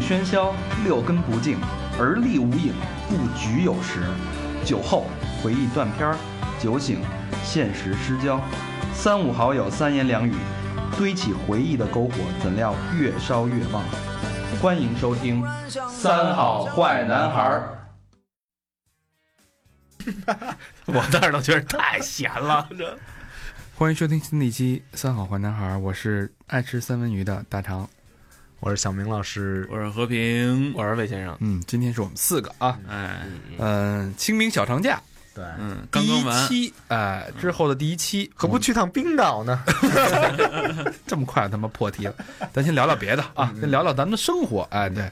喧嚣，六根不净，而立无影，不局有时。酒后回忆断片儿，酒醒现实失焦。三五好友三言两语，堆起回忆的篝火，怎料越烧越旺。欢迎收听《三好坏男孩儿 我当时都觉得太闲了。 欢迎收听新的一期《三好坏男孩》，我是爱吃三文鱼的大肠。我是小明老师，我是和平，我是魏先生。嗯，今天是我们四个啊，哎，嗯、清明小长假对，嗯，刚刚完第一期，哎、之后的第一期，嗯何不去趟冰岛呢？ 这么快他妈破题了？咱先聊聊别的嗯啊，先聊聊咱们的生活。哎，对，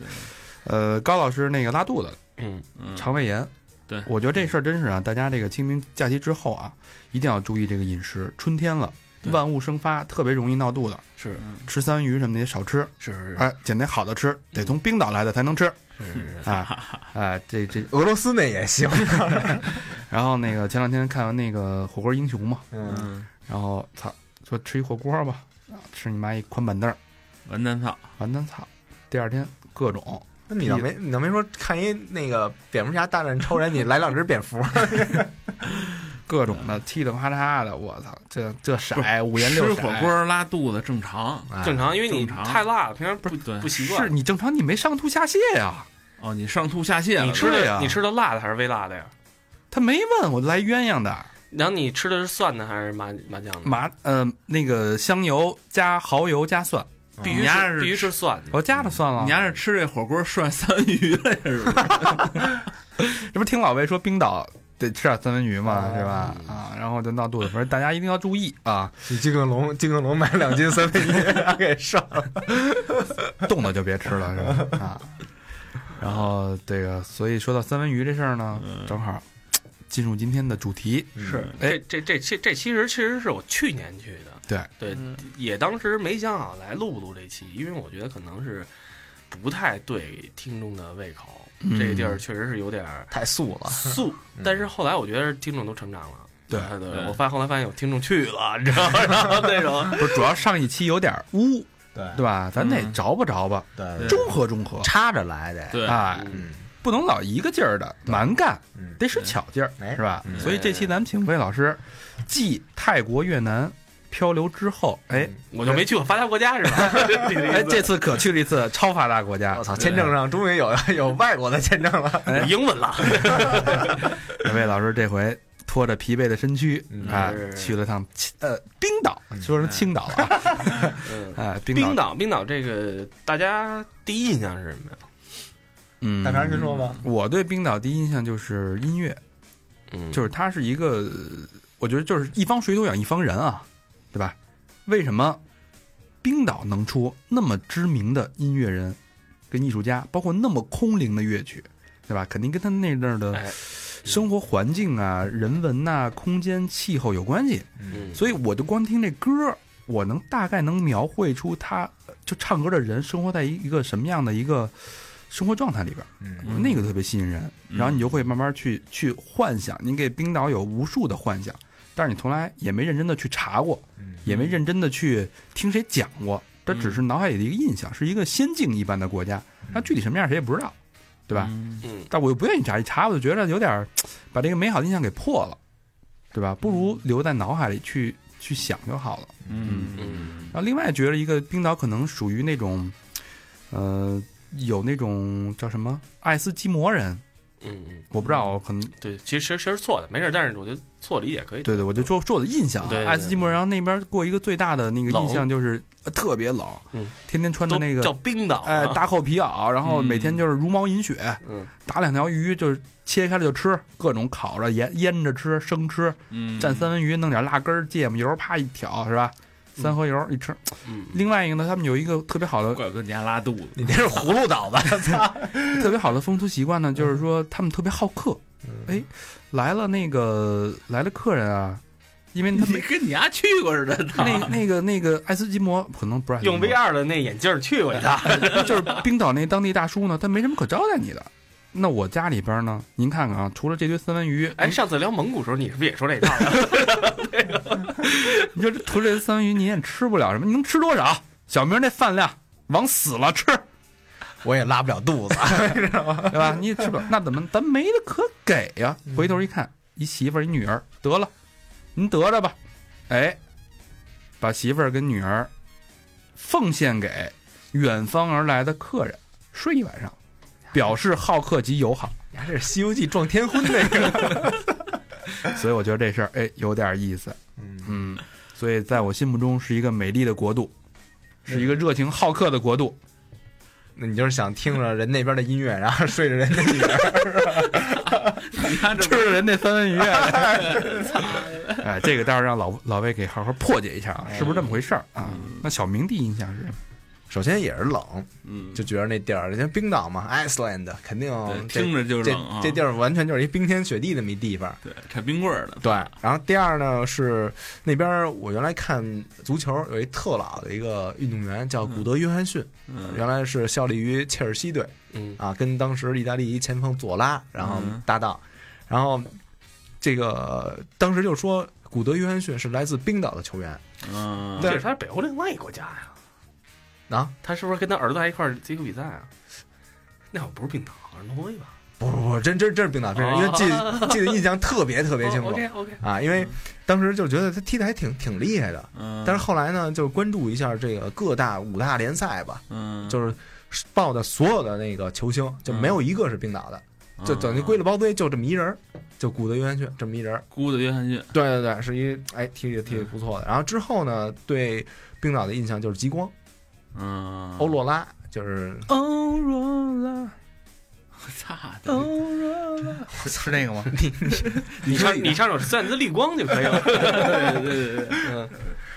呃，高老师那个拉肚子，嗯，肠胃炎。对我觉得这事儿真是啊，大家这个清明假期之后啊，一定要注意这个饮食。春天了，对嗯万物生发，特别容易闹肚子。是吃三文鱼什么的也少吃，是是哎，捡那好的吃，得从冰岛来的才能吃。是，啊啊，这这，俄罗斯那也行，然后那个前两天看完那个《火锅英雄》嘛，嗯，嗯，然后操，说吃一火锅吧，啊吃你妈一宽板凳儿，完蛋操，完蛋操，第二天各种， 那你倒没你倒没说看一那个蝙蝠侠大战超人，你来两只蝙蝠，各种的噼里啪啦的，我操，这这色嗯不五颜六吃色。火锅拉肚子正常，正常，因为你正常太辣了，平常不不对不习是惯。你正常你没上吐下泻呀？哦，你上吐下泻了，你吃对呀的你吃的辣的还是微辣的呀？他没问我来鸳鸯的然后你吃的是蒜的还是麻麻酱嗯的？麻呃那个香油加蚝油加蒜，必你须丫是是嗯必须是蒜的。我加了蒜了。嗯哦你家是吃这火锅涮三文鱼来着 是啊吧？这不听老魏说冰岛得吃点三文鱼嘛，哦是吧？啊，然后就闹肚子，反正大家一定要注意啊， 你金更龙金更龙买两斤三文鱼 给上了，冻的就别吃了，是吧？啊，然后这个，所以说到三文鱼这事儿呢，嗯正好嘖进入今天的主题，是哎这这这这这其实其实是我去年去的，对对，也当时没想好来录不录这期，因为我觉得可能是不太对听众的胃口，这个地儿确实是有点儿太素了，素，但是后来我觉得听众都成长了。对对对我发后来发现有听众去了，你知道吗？ 然后那种不是主要上一期有点污， 对对吧？咱得嗯着吧着吧，对中和中和，插着来得，对，哎，嗯不能老一个劲儿的蛮干，嗯，得使巧劲儿，哎是吧？嗯所以这期咱们请魏老师继泰国、越南漂流之后，哎。我就没去过发达国家是吧？你的意思哎，这次可去了一次超发达国家我。操，签证上终于有 有外国的签证了，有英文了，哎魏老师这回拖着疲惫的身躯嗯啊是，去了趟青呃冰岛，说成青岛了啊，嗯，哎，冰冰岛，岛，冰岛这个大家第一印象是什么呀？嗯大肠您说吧，我对冰岛第一印象就是音乐，嗯就是它是一个，我觉得就是一方水土养一方人啊，对吧？为什么冰岛能出那么知名的音乐人跟艺术家，包括那么空灵的乐曲，对吧？肯定跟他那那儿的哎生活环境啊、人文呐、空间、气候有关系。嗯，所以我就光听这歌，我能大概能描绘出他呃就唱歌的人生活在一一个什么样的一个生活状态里边，嗯嗯那个特别吸引人。嗯然后你就会慢慢去去幻想，你给冰岛有无数的幻想，但是你从来也没认真的去查过，嗯也没认真的去听谁讲过，这只嗯是脑海里的一个印象，是一个仙境一般的国家，那具体什么样谁也不知道，对吧？嗯嗯但我又不愿意查，一查我就觉得有点儿把这个美好的印象给破了，对吧？不如留在脑海里去去想就好了。嗯嗯然后另外觉得一个冰岛可能属于那种，呃，有那种叫什么爱斯基摩人，嗯嗯，我不知道，可能对，其实其实是错的，没事儿，但是我觉得错理解可以。对对，我就说说我的印象啊对，对爱斯基摩人。然后那边过一个最大的那个印象就是呃特别冷嗯，天天穿着都那个叫冰岛啊，哎大厚皮袄，然后每天就是茹毛饮血，嗯打两条鱼就是切开了就吃，各种烤着腌腌着吃，生吃。嗯，蘸三文鱼，弄点辣根儿、芥末油，啪一挑，是吧？三合油一吃。嗯，另外一个呢，他们有一个特别好的、怪不得你家拉肚子，你这是葫芦岛吧？操，特别好的风俗习惯嗯呢，就是说他们特别好客。哎，来了那个来了客人啊，因为他你们跟你家去过似的，那那个那个爱斯基摩可能不是爱斯基 用摩 VR 的那眼镜儿去过一趟，就是冰岛那当地大叔呢，他没什么可招待你的。那我家里边呢，您看看啊，除了这堆三文鱼，哎，上次聊蒙古时候你是不是也说这一套呀？你就除了这三文鱼，你也吃不了什么，你能吃多少？小明那饭量往死了吃，我也拉不了肚子。 对吧？你也吃不了，那怎么咱没得可给呀、回头一看，一媳妇儿一女儿，得了，您得着吧，哎，把媳妇儿跟女儿奉献给远方而来的客人，睡一晚上，表示好客及友好。呀，这是《西游记》撞天婚那个。所以我觉得这事儿，哎，有点意思。嗯，嗯，所以在我心目中是一个美丽的国度，是一个热情好客的国度。 那你就是想听着人那边的音乐，然后睡着人家女儿。你 看这吃了人那三文鱼，哎， 哎这个待会儿让老老魏给好好破解一下啊，是不是这么回事儿啊？那小明第一印象是什么？ 首先也是冷，嗯，就觉得那地儿，人家冰岛嘛，Iceland 肯定对嗯这听着就冷啊这这地儿完全就是一冰天雪地那么一地方。对，产冰棍儿的，对，然后第二呢是那边儿我原来看足球有一特老的一个运动员叫古德约翰逊，嗯原来是效力于切尔西队嗯，啊，跟当时意大利一前锋佐拉然后嗯搭档，然后这个当时就说古德约翰逊是来自冰岛的球员嗯，这是他是北欧另外一国家呀，啊，他是不是跟他儿子还一块儿踢过比赛啊？那会儿不是冰岛，是挪威吧？不不不，真真真是冰岛，真是因为记哦得记得印象特别特特别清楚 OK OK，啊，因为当时就觉得他踢的还挺挺厉害的，嗯，但是后来呢，就关注一下这个各大五大联赛吧。嗯，就是报的所有的那个球星，就没有一个是冰岛的，就等于归了了包堆，就这么一人儿，就古德约翰逊这么一人儿。姑的约翰逊，对对对，是一哎踢的踢的不错的。然后之后呢，对冰岛的印象就是极光、嗯，欧若拉，就是欧若拉，操的，欧哦若拉，是那个吗？你唱你唱首《擅自绿光》就可以了。对对对对，嗯，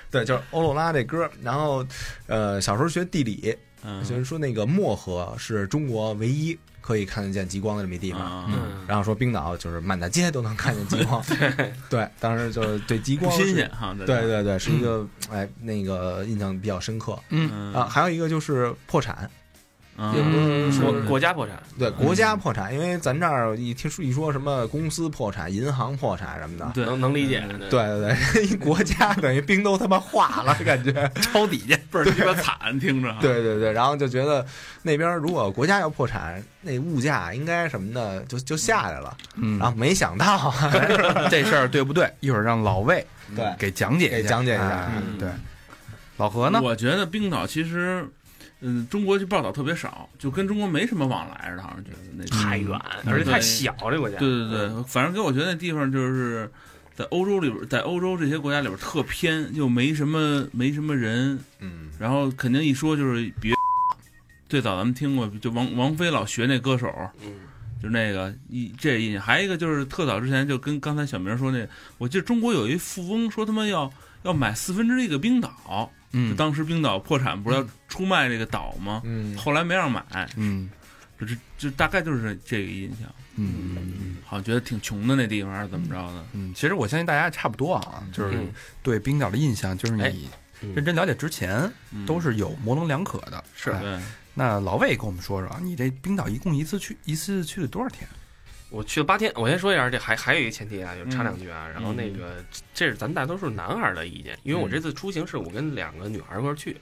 对，就是欧若拉这歌。然后呃，小时候学地理，嗯，就是说那个漠河是中国唯一可以看得见极光的这么一地方。啊嗯，然后说冰岛就是满大街都能看见 极光，对对，当时就是对极不光新是鲜哈，在这对儿，对对，是一个哎，那个印象比较深刻嗯，嗯啊。还有一个就是破产，嗯是国国家破产，对国家破产，因为咱这儿一听说一说什么公司破产、银行破产什么的，对，能能理解。对对对对， 一国家等于冰都他妈化了，感觉。抄底去，倍儿鸡巴惨，听啊着，，对对对，然后就觉得那边如果国家要破产，那物价应该什么的就就下来了，嗯，然后没想到， 啊 这事儿对不对？一会儿让老魏对，给讲解一给下，讲解一下哎嗯对，老何呢？我觉得冰岛其实，嗯，中国就报道特别少，就跟中国没什么往来似的，好像觉得那太远，而且太小，这国家。嗯对对对，反正给我觉得那地方就是在欧洲里边，在欧洲这些国家里边特偏，又没什么没什么人，嗯，然后肯定一说就是比最早咱们听过，就王王菲老学那歌手，嗯，就那个一这印象，还有一个就是特早之前就跟刚才小明说那，我记得中国有一富翁说他妈要要买四分之一个冰岛，就嗯当时冰岛破产不是要出卖这个岛吗？嗯，后来没让买，嗯就就就大概就是这个印象，嗯嗯好像觉得挺穷的那地方还是怎么着的，嗯，其实我相信大家也差不多啊，就是嗯对冰岛的印象，就是你嗯认真了解之前嗯都是有模棱两可的，是哎对，那老魏跟我们说说，啊，你这冰岛一共一次去一次去了多少天？我去了八天，我先说一下，这还还有一个前提啊，就插两句啊。然后那个，这是咱大多数男孩儿的意见，因为我这次出行是我跟两个女孩儿一块儿去。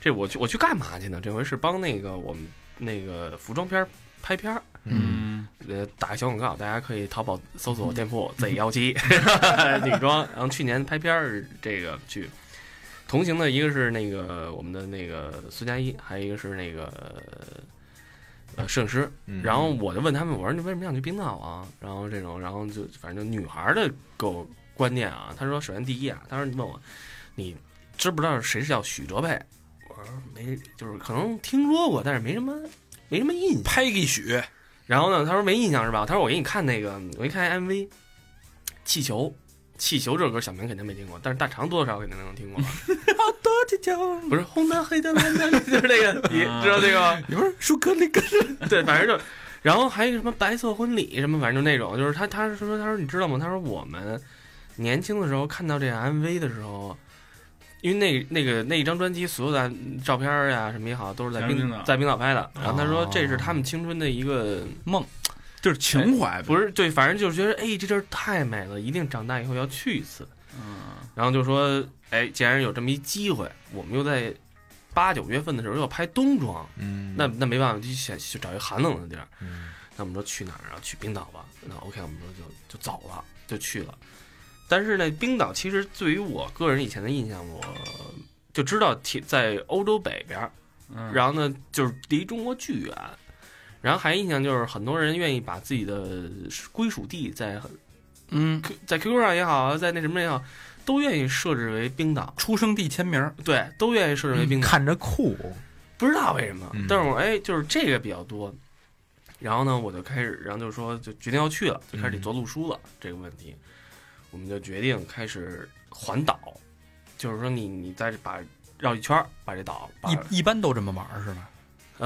这我去我去干嘛去呢？这回是帮那个我们那个服装片儿拍片儿，嗯呃，打个小广告，大家可以淘宝搜索店铺 Z 幺七 女装。然后去年拍片儿这个去，同行的一个是那个我们的那个孙佳一，还有一个是那个呃摄影师。嗯嗯然后我就问他们，我说你为什么想去冰岛啊？然后这种，然后就反正就女孩儿的给我观念啊，他说首先第一啊，他说你问我你知不知道谁叫许哲佩？我说没，就是可能听说过，但是没什么没什么印象。拍一许，然后呢，他说没印象是吧？他说我给你看那个，我一看 MV，《气球》，气球这首歌小明肯定没听过，但是大肠多多少少肯定能听过吧？ 好多气球，啊不是红的、黑的、蓝的，就是那个，你知道这个吗？你不是舒克那个？ 对，反正就，然后还有什么白色婚礼什么，反正就那种，就是他他是说他说你知道吗？他说我们年轻的时候看到这个 MV 的时候。因为那那个那一张专辑所有的照片呀、什么也好，都是在全是冰冰岛在冰岛拍的。然后他说哦这是他们青春的一个就是情怀，哎不是对，反正就是觉得哎，这地儿太美了，一定长大以后要去一次。嗯然后就说，哎，既然有这么一机会，我们又在八九月份的时候要拍冬装，嗯那那没办法，就想去找一个寒冷的地儿。嗯那我们说去哪儿啊？去冰岛吧。那 OK，我们说就就走了，就去了。但是呢，冰岛其实对于我个人以前的印象，我就知道挺在欧洲北边儿，嗯，然后呢就是离中国巨远，然后还印象就是很多人愿意把自己的归属地在嗯， Q- 在 QQ 上也好，啊在那什么也好，都愿意设置为冰岛，出生地签名儿，嗯对，都愿意设置为冰岛。看着酷，不知道为什么嗯，但是我哎，就是这个比较多。然后呢，我就开始，然后就说就决定要去了，就开始嗯做路书了、这个问题，我们就决定开始环岛，就是说你你再把绕一圈儿把这岛把一一般都这么玩儿是吧？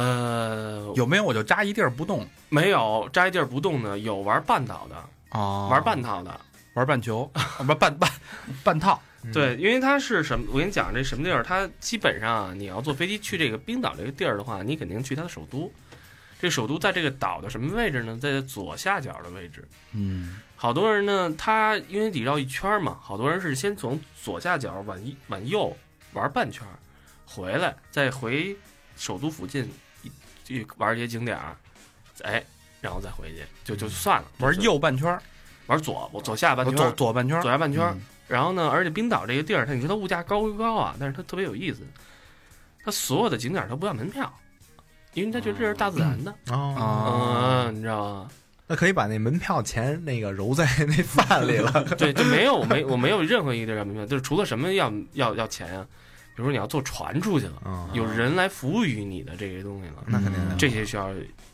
呃有没有我就扎一地儿不动没有扎一地儿不动的，有玩半岛的，啊？哦玩半套的，玩半 球，啊不半半半套，嗯对，因为它是什么？我跟你讲，这什么地儿？它基本上啊你要坐飞机去这个冰岛这个地儿的话，你肯定去它的首都。这首都在这个岛的什么位置呢？在左下角的位置。嗯，好多人呢，他因为得绕一圈儿嘛，好多人是先从左下角往一往右玩半圈儿，回来再回首都附近一去玩一些景点儿，哎，然后再回去，就就算了，玩右半圈儿，玩左我左下半我圈左儿，左半圈儿，左下半圈儿。嗯然后呢，而且冰岛这个地儿，它你说它物价高不高啊？但是它特别有意思，它所有的景点儿它不要门票，因为它觉得这是大自然的，哦，啊嗯，你知道吗？那可以把那门票钱那个揉在那饭里 了。对，就没有没我没有任何一个地儿要门票，就是除了什么要要要钱啊，比如说你要坐船出去了，嗯，有人来服务于你的这些东西了，那肯定的。这些需要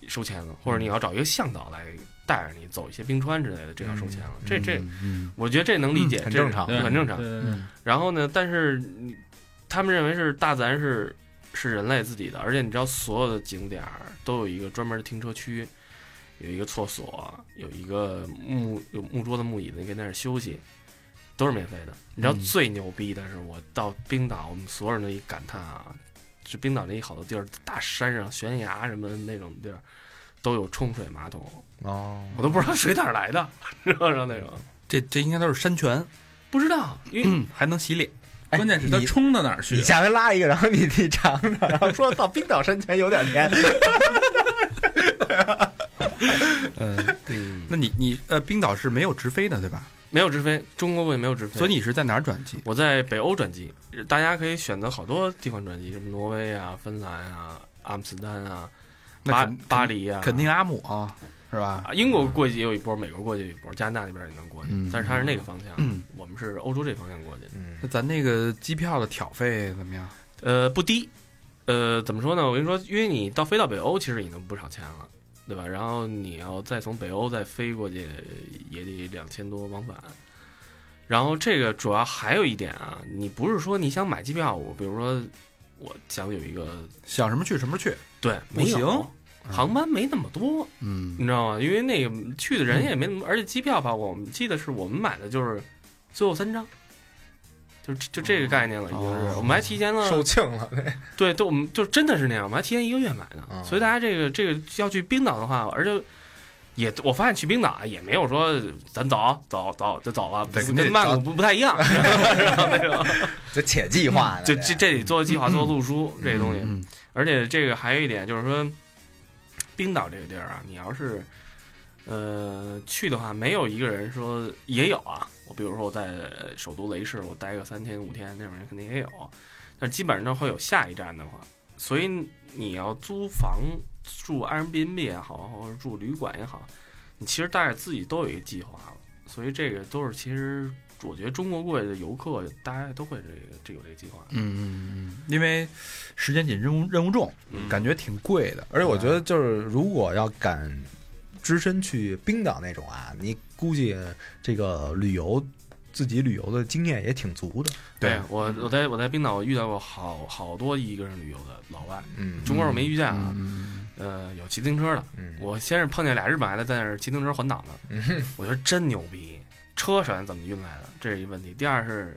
收钱了，或者你要找一个向导来带着你走一些冰川之类的，这要收钱了，这这。嗯我觉得这能理解，嗯很这正常对很正常。对对对嗯然后呢，但是你他们认为是大自然是是人类自己的，而且你知道所有的景点儿都有一个专门的停车区，有一个厕所，有一个木有木桌子木椅子，你可以在那儿休息，都是免费的。你知道嗯最牛逼的是，我到冰岛，我们所有人都一感叹啊，就冰岛那一好多地儿，大山上悬崖什么的那种地儿。都有冲水马桶，哦，我都不知道水哪儿来的， 然后那种这这应该都是山泉，不知道，因为嗯，还能洗脸，哎关键是它你冲到哪儿去你？下回拉一个，然后你你尝尝，然后说到冰岛山泉有点 甜。嗯，那你你呃，冰岛是没有直飞的对吧？没有直飞，中国也没有直飞，所以你是在哪儿转机？我在北欧转机，大家可以选择好多地方转机，什么挪威啊、芬兰啊、阿姆斯特丹啊、那巴肯巴黎啊，肯定阿姆啊，是吧？啊。英国过去也有一波，美国过去也有一波，加拿大那边也能过去，嗯但是它是那个方向，嗯我们是欧洲这方向过去的，嗯那咱那个机票的挑费怎么样？呃，不低，呃，怎么说呢？我跟你说，因为你到飞到北欧，其实已经不少钱了，对吧？然后你要再从北欧再飞过去，也得两千多往返。然后这个主要还有一点啊，你不是说你想买机票，我比如说我想有一个想什么去什么去，对，不没有行航班没那么多，嗯你知道吗？因为那个去的人也没那么，而且机票吧，我们记得是我们买的就是最后三张，就就这个概念了，已经是、哦我们还提前受了，罄了，对，都我们就真的是那样，我们还提前一个月买的，嗯哦所以大家这个这个要去冰岛的话，而且。也，我发现去冰岛啊也没有说咱走走走就走了，对不你得跟曼谷不不太一样， 是吧那 种这且计划呢。就这这得做计划做路书这些东西，嗯，而且这个还有一点就是说，冰岛这个地儿啊，你要是呃去的话，没有一个人说也有啊。我比如说我在首都雷市，我待个三天五天，那种人肯定也有，但基本上都会有下一站的话，所以你要租房住 Airbnb 也好，或者住旅馆也好，你其实大概自己都有一个计划了。所以这个都是其实我觉得中国过来的游客，大家都会这个这有这个计划。嗯嗯嗯，因为时间紧，任务任务重，嗯感觉挺贵的。而且我觉得，就是如果要敢只身去冰岛那种啊，你估计这个旅游自己旅游的经验也挺足的。对哎我，我在我在冰岛我遇到过好好多一个人旅游的老外，嗯中国人我没遇见啊。嗯，呃，有骑自行车的，嗯我先是碰见俩日本孩子在那儿骑自行车环岛呢，我觉得真牛逼。车首先怎么运来的，这是一问题。第二是，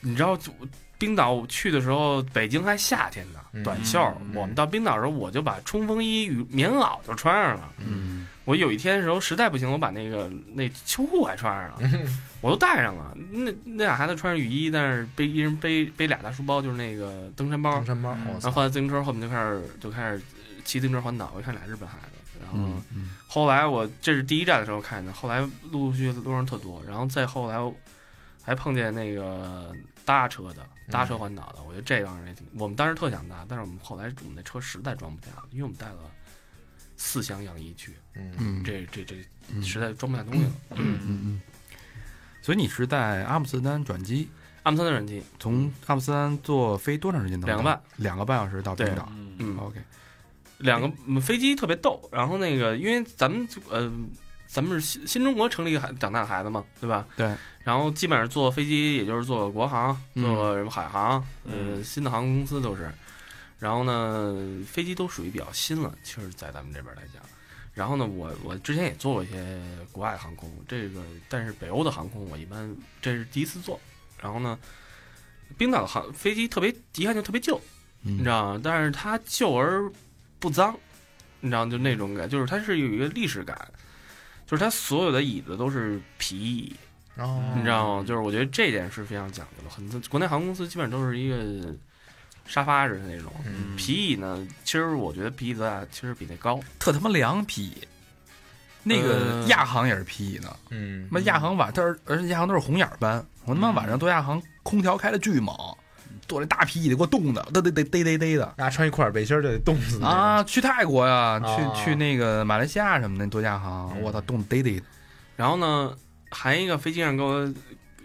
你知道就冰岛去的时候，北京还夏天呢，嗯短袖儿。嗯我们到冰岛的时候，我就把冲锋衣与棉袄就穿上了。嗯，我有一天的时候实在不行，我把那个那秋裤还穿上了，嗯 我都带上了。那那俩孩子穿着雨衣，但是背一人背背俩大书包，就是那个登山包。登山包，嗯我然后操，后来自行车后面就开始就开始骑自行车环岛，我一看俩日本孩子，然后嗯嗯，后来我这是第一站的时候看的，后来陆陆续续路上特多，然后再后来我还碰见那个搭车的嗯搭车环岛的，我觉得这帮人也挺，我们当时特想搭，但是我们后来我们那车实在装不下了，因为我们带了四箱样衣去，嗯，嗯，这这这嗯实在装不下东 西了。嗯嗯，所以你是在阿姆斯特丹转机，阿姆斯特丹人机，从阿姆斯特丹坐飞多长时间到？两个半，两个半小时到冰对岛。嗯嗯， OK，两个嗯飞机特别逗，然后那个因为咱们呃，咱们是新新中国成立孩长大的孩子嘛，对吧？对。然后基本上坐飞机，也就是坐国航、嗯坐什么海航，呃，嗯新的航空公司都是。然后呢，飞机都属于比较新了，其实，在咱们这边来讲。然后呢，我我之前也坐过一些国外航空，这个但是北欧的航空我一般这是第一次坐。然后呢，冰岛的航飞机特别一看就特别旧，你你知道吗？但是它旧而不脏，你知道吗就那种感，就是它是有一个历史感，就是它所有的椅子都是皮椅，然后你知道吗？就是我觉得这点是非常讲究的，很多国内航空公司基本上都是一个沙发似的那种。嗯，皮椅呢，其实我觉得皮椅子啊，其实比那高。特他妈凉皮，那个呃亚航也是皮呢。嗯他，妈亚航晚，它而而且亚航都是红眼儿班，我他妈晚上坐亚航，空调开的巨猛，坐那大皮椅子给我冻的，嘚嘚嘚嘚嘚嘚的。那穿一块背心儿就得冻死那种，啊，去泰国呀，啊去去那个马来西亚什么的，坐亚航，嗯我操，冻得嘚嘚的。然后呢，还一个飞机上给我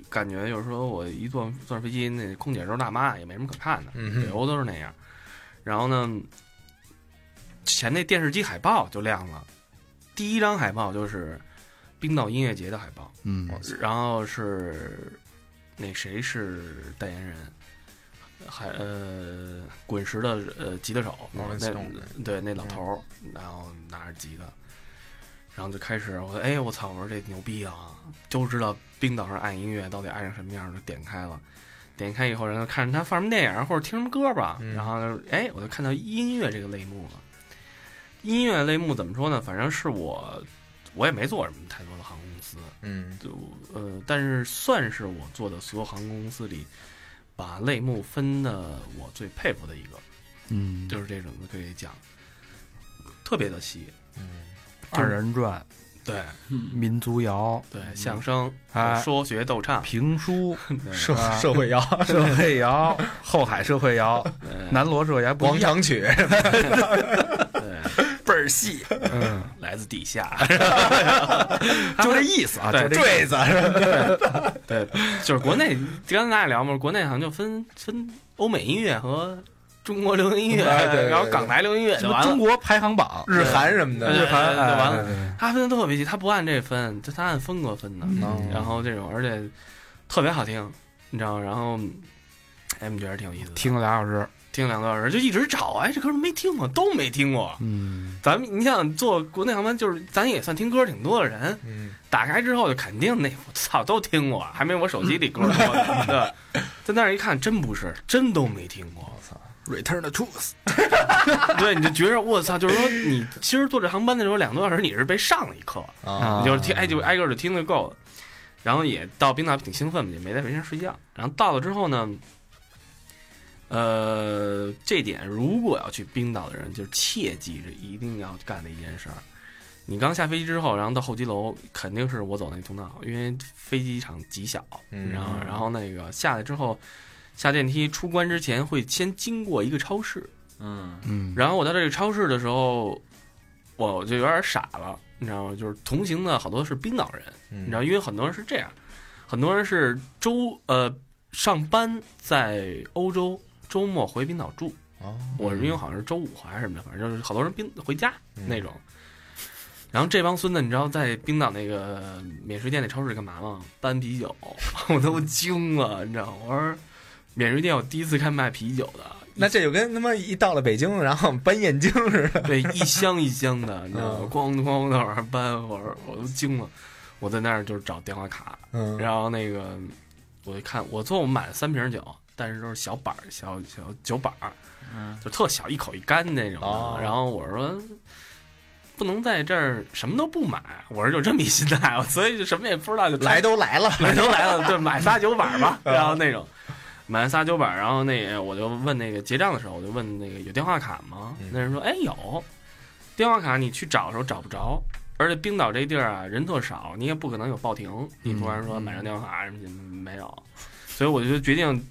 感觉就是说我一坐坐上飞机，那空姐都是大妈，也没什么可看的。嗯哼北欧都是那样。然后呢，前那电视机海报就亮了，第一张海报就是冰岛音乐节的海报，嗯我操然后是那谁是代言人，还呃滚石的呃吉他手，毛利那斯通对那老头儿，然后拿着吉他。然后就开始，我说，哎，我操！我说这牛逼啊！就知道冰岛上爱音乐到底爱成什么样，就点开了。点开以后，然后看他放什么电影或者听什么歌吧，嗯然后就哎，我就看到音乐这个类目了。音乐类目怎么说呢？反正是我，我也没做什么太多的航空公司，嗯就呃，但是算是我做的所有航空公司里，把类目分的我最佩服的一个，嗯，就是这种的可以讲，特别的细，嗯，二人转、对民族谣、对，相声、哎说学逗唱，评书、对社啊社会摇， 社会谣、后海社会谣、对南锣社会谣不 广一样，场曲，对，倍儿细，嗯，来自地下， 就这意思啊，对就这意坠思。子是吧？对，就是国内刚才咱俩聊嘛，国内好像就分分欧美音乐和中国流行音乐，哎对对对然后港台流行音乐什就么完中了。国排行榜， 日韩什么的，日韩哎就完了对对对他分的特别细，他不按这分，就他按风格分的。嗯然后这种，而且特别好听，你知道吗？然后，哎，你觉得挺有意思的，听了俩小时，听两个小时就一直找，哎，这歌没听过，都没听过。嗯，咱们你想做国内航班，就是咱也算听歌挺多的人，嗯，打开之后就肯定那我操都听过，还没我手机里歌多呢。对， 在那儿一看，真不是，真都没听过。我操， Return the Truth，对，你就觉着我操，就是说你其实坐这航班的时候两个多小时，你是被上了一课，啊，你就是听哎就挨个儿就听就够了。然后也到冰岛挺兴奋的，也没在飞机上睡觉。然后到了之后呢，呃，这点如果要去冰岛的人，就是切记这一定要干的一件事儿。你刚下飞机之后，然后到候机楼，肯定是我走那通道，因为飞机场极小，嗯然后然后那个下来之后，下电梯出关之前会先经过一个超市，嗯嗯，然后我到这个超市的时候，我就有点傻了，你知道吗？就是同行的好多是冰岛人，你你知道，因为很多人是这样，很多人是周呃上班在欧洲，周末回冰岛住。哦，我是因为好像是周五还是什么的，反正就是好多人冰回家嗯那种。然后这帮孙子，你知道在冰岛那个免税店那超市干嘛吗？搬啤酒， 我都惊了，你知道吗？我说免税店我第一次看卖啤酒的，那这就跟他妈一到了北京，然后搬燕京似的，对，一箱一箱的，你知道吗嗯？咣咣的往上搬，我说我都惊了。我在那儿就是找电话卡，嗯，然后那个我一看，我最后买了三瓶酒，但是都是小板儿、小小酒板儿，嗯就特小，一口一干那种的。哦然后我说不能在这儿什么都不买，我是有这么一心态， 所以就什么也不知道就来都来了， 买都来了，对，买仨酒板吧，然后那种，买完仨酒板，然后那我就问那个结账的时候，我就问那个有电话卡吗嗯？那人说，哎，有，电话卡你去找的时候找不着，而且冰岛这地儿啊人特少，你也不可能有报亭，你突然说买张电话卡什么的没有，所以我就决定。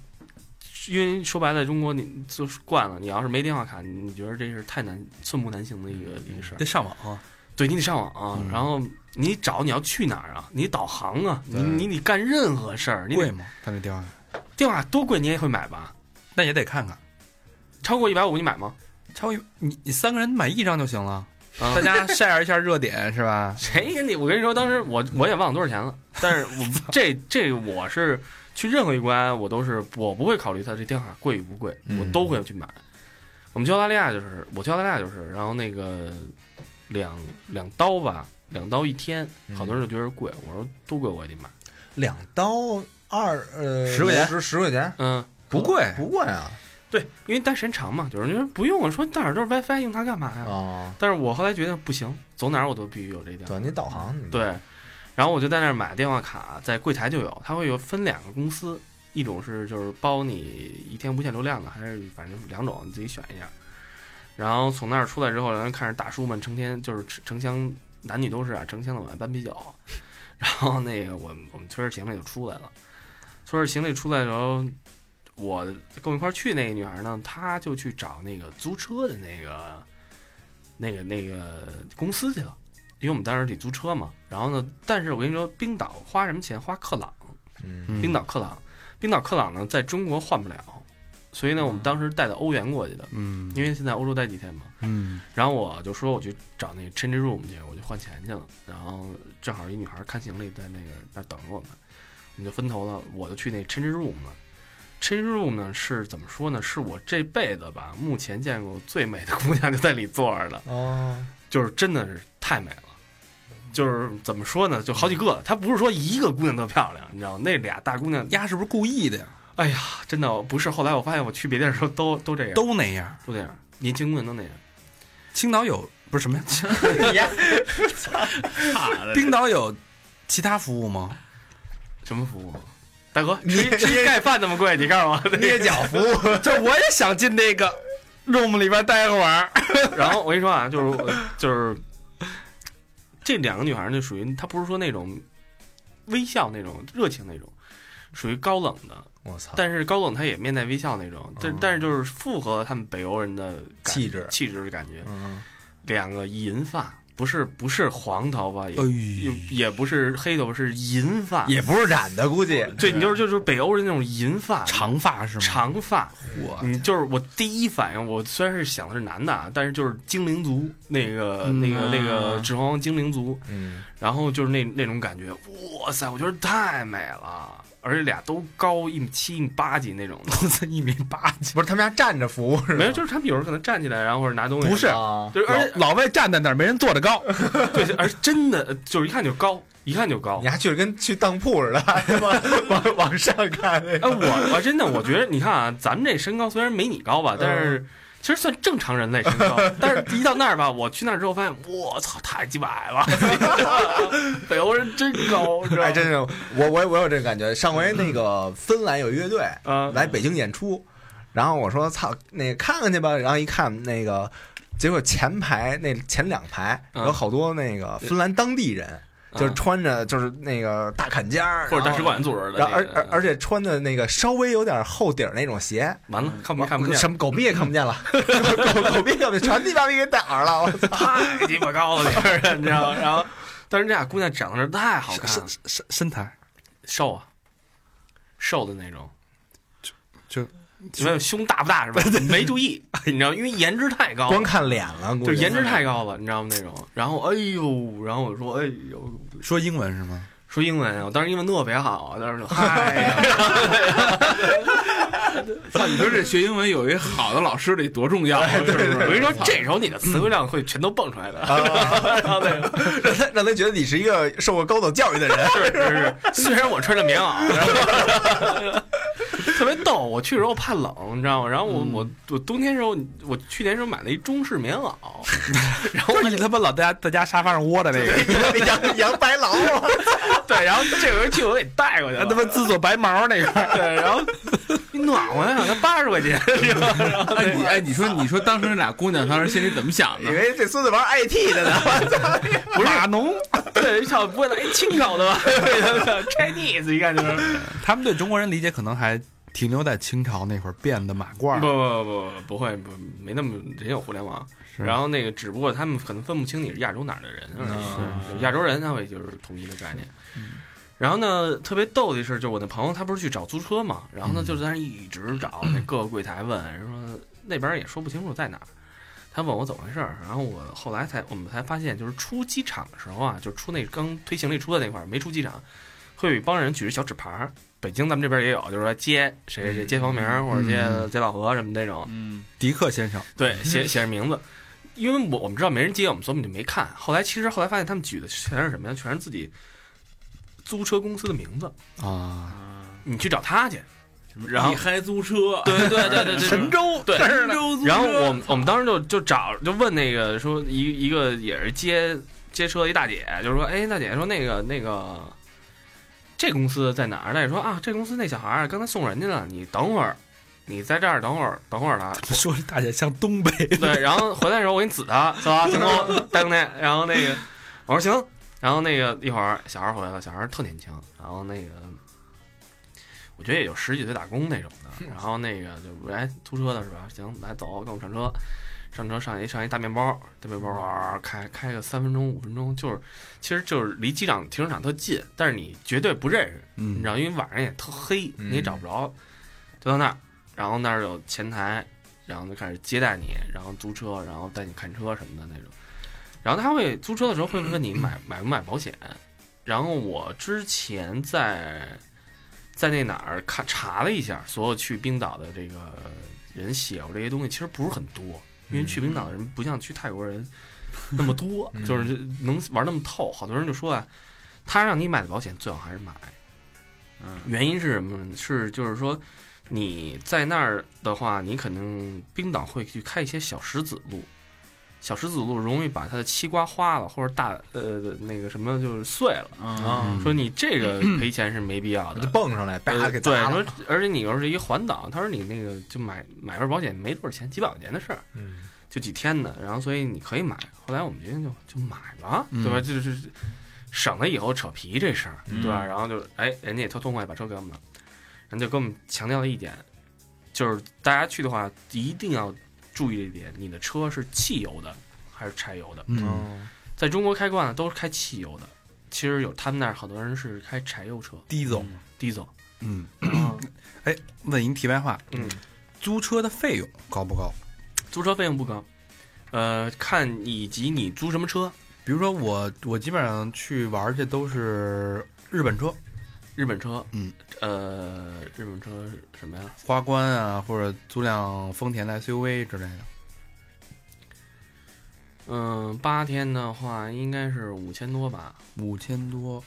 因为说白了，在中国你就是惯了，你要是没电话卡，你觉得这是太难寸步难行的一个一个事儿。得上网啊，对你得上网啊，嗯然后你找你要去哪儿啊，你导航啊，你对你你干任何事儿，你贵吗？他那电话卡，电话多贵你也会买吧？那也得看看。超过一百五你买吗？超一你你三个人买一张就行了，啊大家 share 一下热点是 吧？谁给你？我跟你说，当时我我也忘了多少钱了，但是我 这这我是去任何一关，我都是我不会考虑它这电话贵与不贵，嗯我都会去买。我们去澳大利亚就是，我去澳大利亚就是，然后那个两两刀吧，两刀一天，嗯好多人就觉得贵，我说多贵我也得买，两刀二呃十块钱十十块钱嗯。不贵，不贵啊对，因为待时间长嘛，就是你说不用，我说那儿都是 WiFi，用它干嘛呀？啊，但是我后来觉得不行，走哪儿我都必须有这电话。对你导航你对，然后我就在那儿买电话卡，在柜台就有，它会有分两个公司，一种是就是包你一天无限流量的，还是反正两种，你自己选一下。然后从那儿出来之后，然后看着大叔们成天就是成成箱男女都是啊，成箱的往外搬啤酒。 然后那个我我们推着行李就出来了，推着行李出来的时候，我跟我一块儿去那个女孩呢，她就去找那个租车的那个那个那个公司去了，因为我们当时得租车嘛。然后呢，但是我跟你说，冰岛花什么钱？花克朗，嗯嗯冰岛克朗，冰岛克朗呢，在中国换不了，所以呢，我们当时带的欧元过去的，嗯因为现在欧洲待几天嘛。嗯，然后我就说我去找那个 change room 去，我就换钱去了。然后正好一女孩看行李在那个那儿等着我们，我们就分头了，我就去那 change room 了。change room 呢是怎么说呢？是我这辈子吧目前见过最美的姑娘就在里坐着了，哦，就是真的是太美了。就是怎么说呢，就好几个，她不是说一个姑娘特漂亮，你知道吗那俩大姑娘，丫是不是故意的呀？哎呀，真的不是。后来我发现我去别地儿的时候都都这样，都那样。都这样，年轻姑娘都那样。青岛有不是什么 呀？ 冰岛有其他服务吗？什么服务？大哥，你吃吃一盖饭那么贵，你告诉我。捏脚服务 这我也想进那个 room 里边待会儿。 然后我跟你说啊，就是就是这两个女孩儿就属于她不是说那种微笑那种热情那种，属于高冷的，我操，但是高冷她也面带微笑那种，嗯但、但是就是符合他们北欧人的感气质气质的感觉。嗯两个银发，不是不是黄头发，也、哎也呦，也不是黑头发，是银发。也不是染的估计，对，你就是就是北欧人那种银发长发是吗？长发。我嗯，就是我第一反应，我虽然是想的是男的，啊，但是就是精灵族那个、嗯那个那个指环王精灵族，嗯然后就是那那种感觉，哇塞，我觉得太美了，而且俩都高一米七、一米八几那种的，都才一米八几，不是他们家站着服务是吧没有，就是他们有时候可能站起来，然后或者拿东西，不是啊就是而且老老外站在那儿没人坐着高，对，而且真的就是一看就高，一看就高你。还去跟去当铺似的， 往往往上看那哎，个，我我真的我觉得，你看啊，咱们这身高虽然没你高嗯吧，但是其实算正常人类 身高。但是一到那儿吧，我去那儿之后发现，我操，太鸡巴矮了！ 北欧人真高，知道吗哎，真是我我我有这个感觉。上回那个芬兰有乐队啊来北京演出，然后我说操，那个看看去吧，然后一看那个，结果前排那前两排嗯有好多那个芬兰当地人，就是穿着就是那个大坎肩儿或者大然使。后馆组织然的那后个，而而而且穿的那个稍微有点厚底儿那种鞋，完了，看不看不见，什么狗屁也看不见了， 狗狗屁也看不见，全鸡巴给挡上了，我操！太鸡巴高了，这个人 你知道吗？然后，但是这俩姑娘长得太好看身了，身身材瘦啊，瘦的那种，就没有胸大不大是 吧？没注意，你知道，因为颜值太高了，光看脸了，估就计颜值太高了，你知道吗？那种，然后哎呦，然后我说哎呦，说英文是吗？说英文，我当时英文特别好，当时就嗨哎呀，操！你说这学英文有一好的老师得多重要 啊？对我跟你说，这时候你的词汇量会全都蹦出来的，然后 那个让他让他觉得你是一个受过高等教育的人。 是是是，虽然我穿着棉袄，然后 特特别逗。我去的时候怕冷，你知道吗？然后我、嗯我我冬天时候，我去年时候买了一中式棉袄，然后就是你他妈老在家在家沙发上窝着那个，养养白啊狼， 对，然后这回去我给带过去他了，妈自锁白毛那个。 对，然后你暖和呀，才八十块 钱，是吧然后哎，你哎，你说你说当时那俩姑娘当时心里怎么想的？为这孙子玩 IT 的 呢。不是码农，对，小不会来清烤 的吧？Chinese 一看就是，他们对中国人理解可能还停留在清朝那会儿变的马不褂儿，不不不会不没那么人有互联网。是然后那个，只不过他们可能分不清你是亚洲哪儿的人，嗯是亚洲人他会就是统一的概念。然后呢，特别逗的事儿就是我那朋友他不是去找租车嘛，然后呢嗯就在那儿一直找，那各个柜台问，说那边儿也说不清楚在哪儿。他问我怎么回事儿，然后我后来才我们才发现，就是出机场的时候啊，就出那刚推行李出的那块儿，没出机场，会有一帮人举着小纸牌儿。北京咱们这边也有，就是说接谁谁谁街坊名儿或者接嗯街道河什么这种，嗯，迪克先生，对， 写写着名字，因为我我们知道没人接，我们所以我们就没看。后来其实后来发现他们举的全是什么呀？全是自己租车公司的名字，啊，你去找他去。然然后后你嗨租车，对对对对对，神州对。神州租车，然后我们我们当时就就找就问那个说一一个也是接接车的一大姐，就是说，哎，大姐说那个那个这公司在哪儿？大姐说啊，这公司那小孩儿刚才送人去了，你等会儿，你在这儿等会儿，等会儿他。说大姐像东北， 对，然后回来的时候我给你指他，是吧？行不？带不带？然后那个我说行，然后那个一会儿小孩回来了，小孩特年轻，然后那个我觉得也就十几岁打工那种的，然后那个就哎租车的是吧？行，来走，跟我们上车。上车上一上一大面包，大面包哇开开个三分钟五分钟，就是其实就是离机场停车场特近，但是你绝对不认识，你嗯知，道，因为晚上也特黑，嗯你也找不着，就到那儿，然后那儿有前台，然后就开始接待你，然后租车，然后带你看车什么的那种。然后他会租车的时候会问你买 买不买保险。然后我之前在在那哪儿看查了一下，所有去冰岛的这个人写过这些东西，其实不是很多，因为去冰岛的人不像去泰国人那么多，嗯就是能玩那么透。好多人就说啊，他让你买的保险最好还是买。嗯原因是什么呢？是就是说你在那儿的话，你可能冰岛会去开一些小石子路，小石子路容易把它的西瓜花了或者大呃那个什么就是碎了。啊，嗯说你这个赔钱是没必要就的。蹦上来，叭呃给对，砸说了。而且你要是一环岛，他说你那个就买买份保险没多少钱，几百块钱的事儿，嗯，就几天的，然后所以你可以买。后来我们决定就就买吧，嗯对吧？就是省得以后扯皮这事儿，嗯对吧？然后就哎，人家也特痛快把车给我们了，人家就跟我们强调了一点，就是大家去的话一定要注意这一点，你的车是汽油的还是柴油的？嗯，在中国开惯了都是开汽油的，其实有他们那儿好多人是开柴油车低总， ，diesel。嗯，哎，问您题外话，嗯，租车的费用高不高？租车费用不高，呃，看以及你租什么车，比如说我，我基本上去玩儿去都是日本车，日本车，嗯，呃，日本车是什么呀？花冠啊，或者租辆丰田的 SUV 之类的。嗯、八天的话应该是五千多吧，五千多，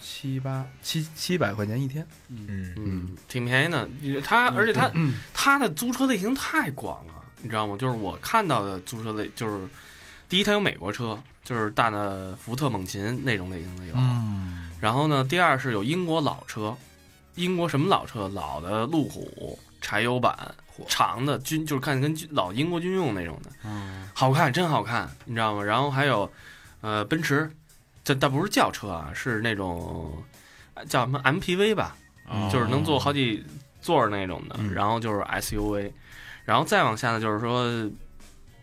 七八七七百块钱一天。嗯嗯，挺便宜的。它而且它、它的租车类型太广了，你知道吗？就是我看到的租车类，就是第一它有美国车，就是大的福特猛禽那种类型的有，嗯，然后呢，第二是有英国老车，英国什么老车？老的路虎柴油版，长的军就是看跟军老英国军用那种的，好看，真好看，你知道吗？然后还有，呃，奔驰，这但不是轿车啊，是那种呃叫什么 MPV 吧，哦就是能坐好几座儿那种的，嗯然后就是 SUV，然后再往下呢，就是说，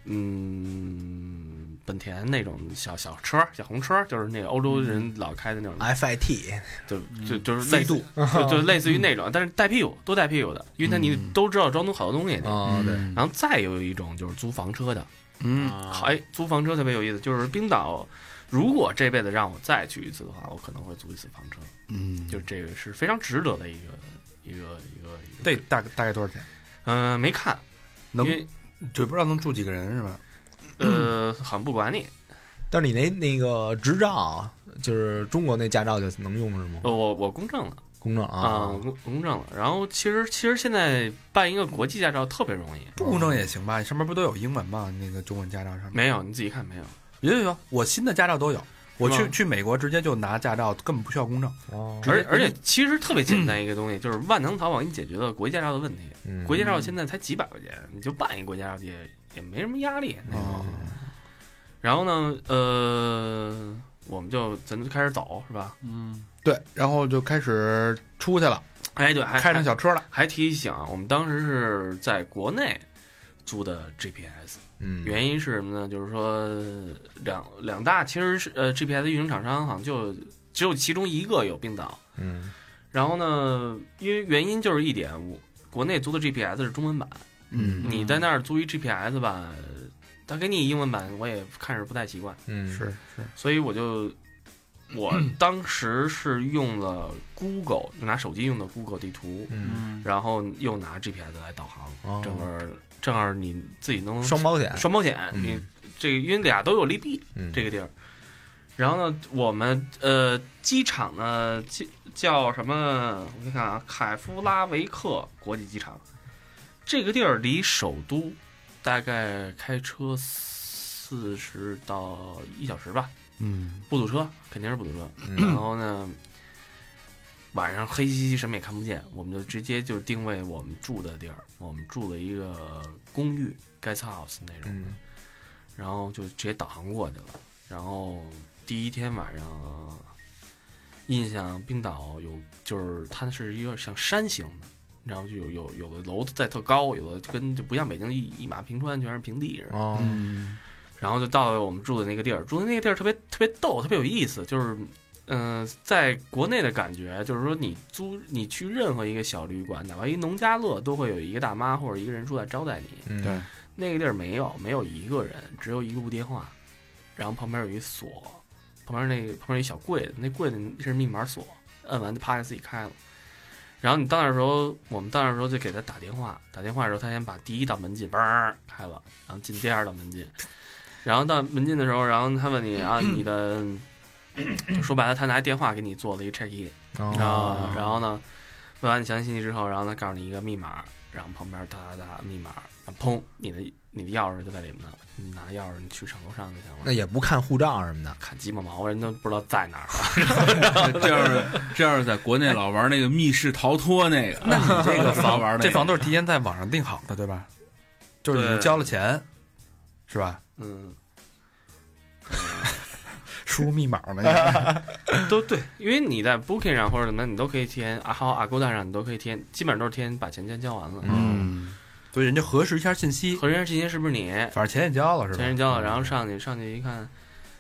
嗯，本田那种小小车、小红车，就是那个欧洲人老开的那种， ，FIT 就就就是类哎嗯飞似，度，就就类似于那种，但是带屁股，多带屁股的，因为它你嗯都知道装东好多东西。啊，对，然后再有一种就是租房车的，嗯，好哎，租房车特别有意思，就是冰岛。如果这辈子让我再去一次的话，我可能会租一次房车，嗯，就这个是非常值得的一个一个一个一个得大大概多少钱？嗯，没看，因能 为就不知道能住几个人是吧？呃，好像不管你。但是你那那个执照，就是中国那驾照就能用是吗？呃我我公证了，公证啊啊，，公公证了。然后其实其实现在办一个国际驾照特别容易，不公证也行吧？上面不都有英文吗？那个中文驾照上面没有你自己看没有？有有有，我新的驾照都有。我是去吗去美国直接就拿驾照，根本不需要公证。哦而而且其实特别简单一个 东西，就是万能淘宝给你解决了国际驾照的问题。嗯国际驾照现在才几百块钱，你就办一国际驾照也也没什么压力。那种嗯然后呢，呃，我们就咱就开始走是吧？嗯，对，然后就开始出去了，哎，对，还开上还小车了。还提醒啊，我们当时是在国内租的 GPS。嗯原因是什么呢？就是说两两大其实是呃 GPS 运营厂商好像就只有其中一个有冰岛。嗯然后呢，因为原因就是一点，我国内租的 GPS 是中文版，嗯你在那儿租一 GPS 吧，他给你英文版我也看着不太习惯，嗯是是，所以我就我当时是用了 Google 拿手机用的 Google 地图，嗯嗯然后又拿 GPS 来导航，哦正好正好你自己能双保险双保险，嗯你这个因为俩都有利弊，嗯这个地儿。然后呢，我们呃机场呢叫叫什么？我看看啊，凯夫拉维克国际机场，这个地儿离首都大概开车四十到一小时吧，嗯，不堵车肯定是不堵车。嗯然后呢，晚上黑漆漆什么也看不见，我们就直接就定位我们住的地儿，我们住的一个公寓 guest house 那种。嗯然后就直接导航过去了。然后第一天晚上，印象冰岛有就是它是一个像山形的，然后就有有有的楼在特高，有的跟就不像北京一一马平川全是平地似的。哦嗯然后就到了我们住的那个地儿，住的那个地儿特别特别逗，特别有意思，就是。嗯、在国内的感觉就是说，你租你去任何一个小旅馆，哪怕一农家乐，都会有一个大妈或者一个人出来招待你。嗯对那个地儿没有，没有一个人，只有一个部电话，然后旁边有一锁，旁边那个旁边有一小柜子，那柜子是密码锁，摁完就啪就自己开了。然后你到那时候，我们到那时候就给他打电话，打电话的时候他先把第一道门禁嘣儿开了，然后进第二道门禁，然后到门禁的时候，然后他问你啊，你的， 就说白了，他拿电话给你做了一 check in，啊，哦然后呢，问完你详细信息之后，然后他告诉你一个密码，然后旁边哒哒哒密码，然后砰，你的你的钥匙就在里面呢，你拿钥匙你去上楼上就行了。那也不看护照什么的，看鸡巴毛，人都不知道在哪儿了。 这要是这要是在国内老玩那个密室逃脱那个，那你嗯这 个老玩房那这房都是提前在网上订好的，对吧？就是已经对交了钱，是吧？嗯，输入密码呢？都对，因为你在 Booking 上或者什么，你都可以提前，啊，还有 Agoda 上你都可以提前，基本上都是提前把钱先交完了。嗯，所以人家核实一下信息，核实一下信息是不是你，反正钱也交了，是吧？嗯前人交了，然后上去上去一看，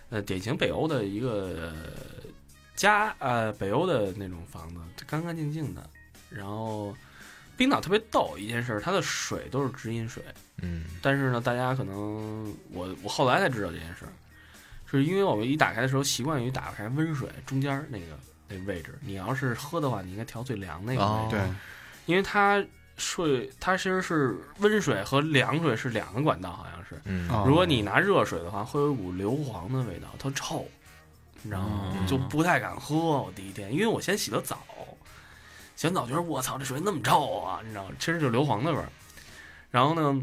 呃，典型北欧的一个呃家，呃，北欧的那种房子，干干净净的。然后冰岛特别逗一件事儿，它的水都是直饮水， 嗯但是呢，大家可能我我后来才知道这件事儿，是因为我们一打开的时候习惯于打开温水中间儿那个那个位置，你要是喝的话，你应该调最凉那个位置。哦对，因为它水它其实是温水和凉水是两个管道，好像是。嗯哦如果你拿热水的话，会有一股硫磺的味道，它臭，你知道吗？嗯就不太敢喝。我第一天，因为我先洗的澡，洗完澡觉得我操，这水那么臭啊，你知道吗？其实就是硫磺的味儿。然后呢，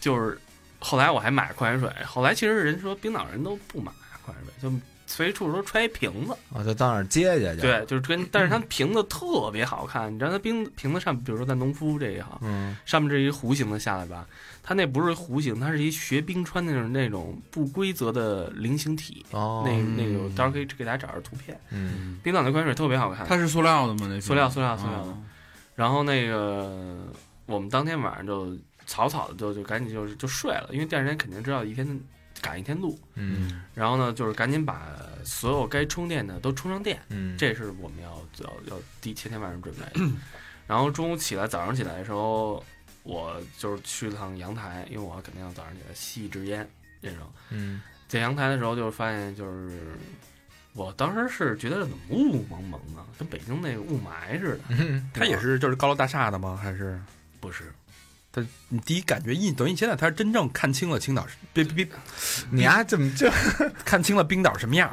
就是后来我还买矿泉水，后来其实人说冰岛人都不买矿泉水，就随处都揣一瓶子。啊，就到那儿接去去，对，就是跟，但是它瓶子特别好看，你知道它冰瓶子上，比如说在农夫这一行，嗯上面这一弧形的下来吧，它那不是弧形，它是一学冰川那种那种不规则的菱形体。哦那那个到时候可以给大家找着图片。嗯冰岛的矿泉水特别好看。它是塑料的吗？那啊塑料塑料塑哦料的的。然后那个我们当天晚上就草草的就就赶紧就是就睡了，因为第二天肯定知道一天赶一天路。嗯然后呢，就是赶紧把所有该充电的都充上电。嗯这是我们要要要第前天晚上准备的。然后中午起来，早上起来的时候，我就是去了趟阳台，因为我肯定要早上起来吸一支烟这种。嗯在阳台的时候，就发现就是，我当时是觉得怎么雾蒙蒙的，跟北京那个雾霾似的。嗯它也是就是高楼大厦的吗？还是不是，它你第一感觉印等于你现在它是真正看清了青岛是，别别别你丫怎么这看清了冰岛什么样？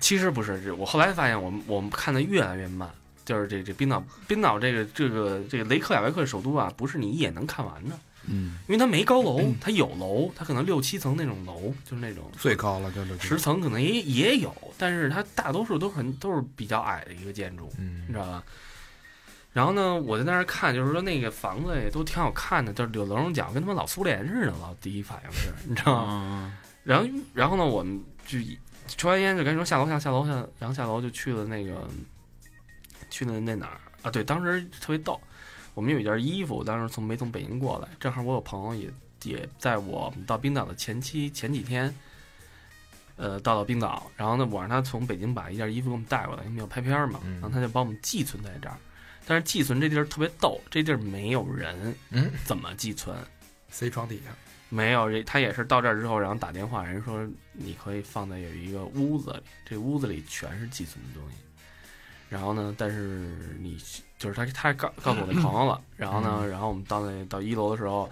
其实不是，是我后来发现我们我们看的越来越慢，就是这这冰岛，冰岛这个这个这个雷克雅未克的首都啊，不是你一眼能看完的，嗯，因为它没高楼，它有楼，它可能六七层那种楼，就是那种最高了就是十层可能也也有，但是它大多数都很都是比较矮的一个建筑，嗯你知道吧？然后呢，我就在那儿看，就是说那个房子也都挺好看的，就是有楼上讲跟他妈老苏联似的，我第一反应是，你知道吗？啊，然后然后呢，我们就一抽完烟就赶紧说下楼下下楼下，然后下楼就去了那个去了那哪儿啊？对，当时特别逗，我们有一件衣服，当时从没从北京过来，正好我有朋友也也在我们到冰岛的前期前几天。呃，到了冰岛，然后呢，我让他从北京把一件衣服给我们带过来，因为要拍片儿嘛，嗯然后他就把我们寄存在这儿。但是寄存这地儿特别逗，这地儿没有人，嗯，怎么寄存？ C 床底下，没有，这他也是到这儿之后，然后打电话，人说你可以放在有一个屋子里，这屋子里全是寄存的东西。然后呢，但是你就是他，他告告诉我那朋友了。然后呢，然后我们到那到一楼的时候，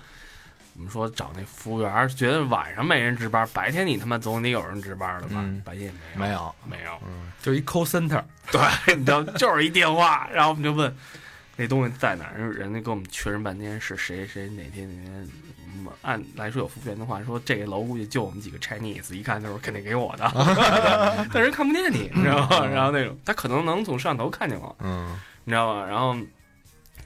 我们说找那服务员儿，觉得晚上没人值班，白天你他妈总得有人值班了吧？嗯白天也没没有，有，没有。嗯，就一 call center，对，你知道，就是一电话，然后我们就问那东西在哪儿，人人家跟我们确认半天是谁谁哪天哪天。我们按来说有服务员的话，说这个楼估计就我们几个 Chinese，一看就是肯定给我的，但人看不见你，你知道吗？然后那种他可能能从摄像头看见我，嗯，你知道吗？然后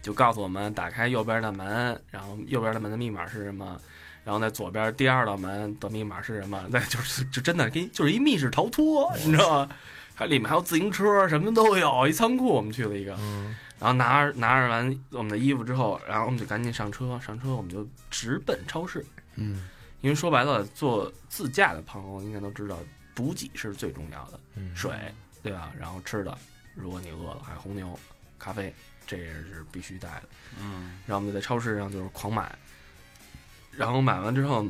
就告诉我们打开右边的门，然后右边的门的密码是什么，然后在左边第二道门的密码是什么，那 就是就真的跟就是一密室逃脱，你知道吗？它里面还有自行车，什么都有，一仓库我们去了一个，嗯然后拿着拿着完我们的衣服之后，然后我们就赶紧上车，上车我们就直奔超市，嗯，因为说白了，做自驾的朋友应该都知道，补给是最重要的，嗯水，对吧？然后吃的，如果你饿了，还有红牛、咖啡，这也是必须带的。嗯，然后我们就在超市上就是狂买，然后买完之后，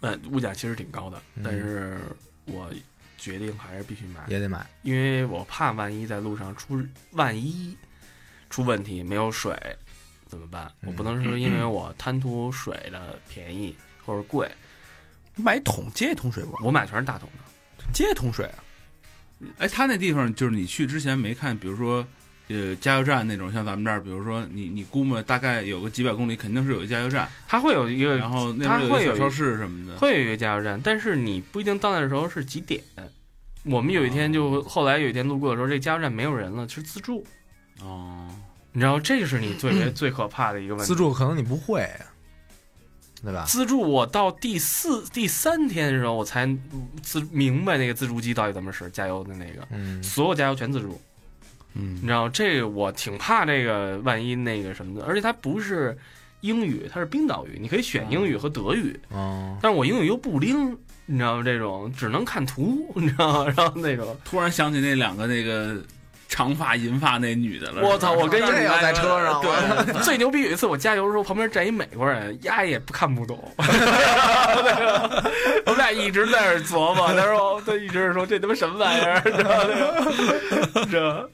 呃，物价其实挺高的，嗯但是我决定还是必须买，也得买，因为我怕万一在路上出万一出问题没有水怎么办？我不能说因为我贪图水的便宜或者贵，买一桶接一桶水不？我买全是大桶的。接一桶水啊，哎，他那地方就是你去之前没看，比如说。呃，加油站那种，像咱们这儿，比如说你你估摸大概有个几百公里，肯定是有一加油站，它会有一然个后那边它会有有小超市什么的。会有一个加油站，但是你不一定到那的时候是几点。我们有一天就后来有一天路过的时候，这加油站没有人了，是自助。哦，你知道，这是你最为最可怕的一个问题。自助可能你不会，对吧？自助，我到第四、第三天的时候，我才自明白那个自助机到底怎么使，加油的那个，嗯所有加油全自助。嗯你知道，这个我挺怕这个，万一那个什么的，而且它不是英语，它是冰岛语，你可以选英语和德语，哦，但是我英语又不灵，你知道吗？这种只能看图，你知道吗？然后那种，突然想起那两个那个长发银发那女的了。 我操，我跟你这要在车上了对， 最牛逼有一次我加油的时候，旁边站一美国人，丫也不看 不懂，我们俩一直在那儿琢磨，他说他一直说这他妈什么玩意儿，知道吗？ 这。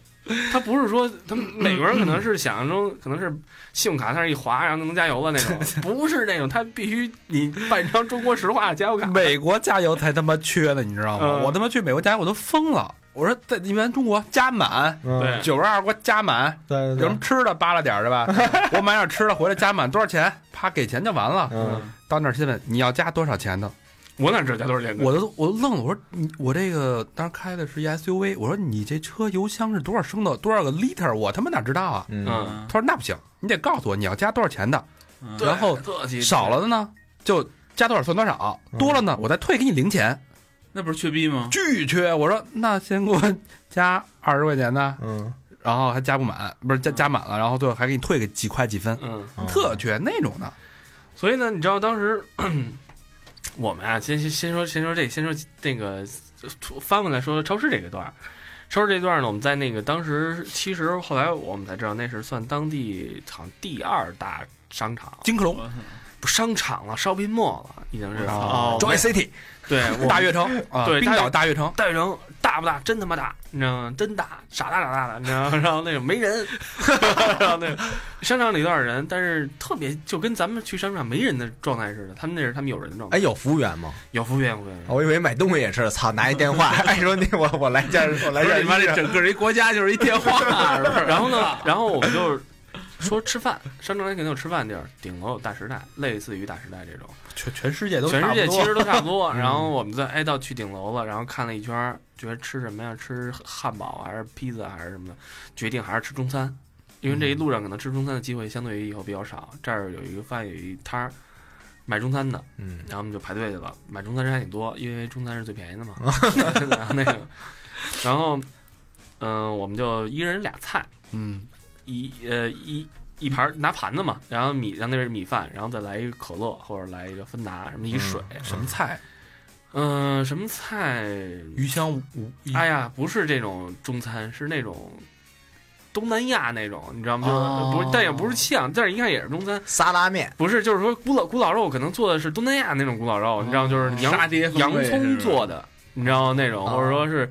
他不是说，他们美国人可能是想象中可能是信用卡那儿一划，然后就能加油了那 种，不是那种，他必须你办一张中国石化的加油卡。美国加油才他妈缺的，你知道吗？嗯我他妈去美国加油我都疯了，我说在你们中国加满嗯对九十二，给我加满，对有对什么对，吃的扒拉点儿是 吧？我买点吃的回来加满多少钱？啪给钱就完了。嗯到那儿先问你要加多少钱的，我哪知道加多少钱呢？我都我都愣了，我说你我这个当时开的是一 SUV，我说你这车油箱是多少升的，多少个 liter，我他妈哪知道啊？嗯嗯，嗯，他说那不行，你得告诉我你要加多少钱的，嗯对然后特级少了的呢就加多少算多少，嗯多了呢我再退给你零钱，那不是缺逼吗？巨缺。我说那先给我 加二十块钱的，嗯，然后还加不满，不是加加满了，然后最后还给你退个几块几分，嗯，嗯特缺那种的。所以呢，你知道当时 我们啊，先先先说先说这先说那个翻过来说超市这个段儿，超市这段儿呢，我们在那个当时其实后来我们才知道那是算当地场第二大商场，金克隆我操不商场了，shopping mall 了，已经是啊哦， ，Joy City 对，我大悦城啊，对冰大岛悦大悦城，大悦城，大不大？真他妈大，你知道吗？真大，傻大傻大的，你知道吗？然后那种没人， 然后那个商场里多少人，但是特别就跟咱们去商场没人的状态似的，他们那是他们有人的状态。哎，有服务员吗？有服务员，有服务员。哦我以为买东西也是，操，拿一电话，哎，说你我我来件，我哎来不是件你妈衣这裳，整个一国家就是一电话，是不是？ 然后呢，然后我们就是说吃饭，商场里肯定有吃饭地儿，顶楼有大时代，类似于大时代这种。全全世界都全世界差不其多嗯实都差 不多。然后我们在哀悼去顶楼了，然后看了一圈儿，觉得吃什么呀？吃汉堡还是披萨还是什么的？决定还是吃中餐，因为这一嗯路上可能吃中餐的机会相对于以后比较少。这儿有一个发现有一摊儿卖中餐的，嗯，然后我们就排队去了。买中餐人还挺多，因为中餐是最便宜的 嘛。然后那个，然后嗯、我们就一人俩菜，嗯，一呃一一盘儿拿盘子嘛，然后米，然后那是米饭，然后再来一个可乐或者来一个芬达什么一水，什么菜？嗯，什么菜？ 鱼香五一哎呀，不是这种中餐，是那种东南亚那种，你知道吗？就是、哦不是，但也不是呛，但是一看也是中餐，沙拉面，不是，就是说古老古老肉可能做的是东南亚那种古老肉，你知道哦吗？就是洋沙爹风洋味是葱吧啊做的，你知道吗那种，或者说是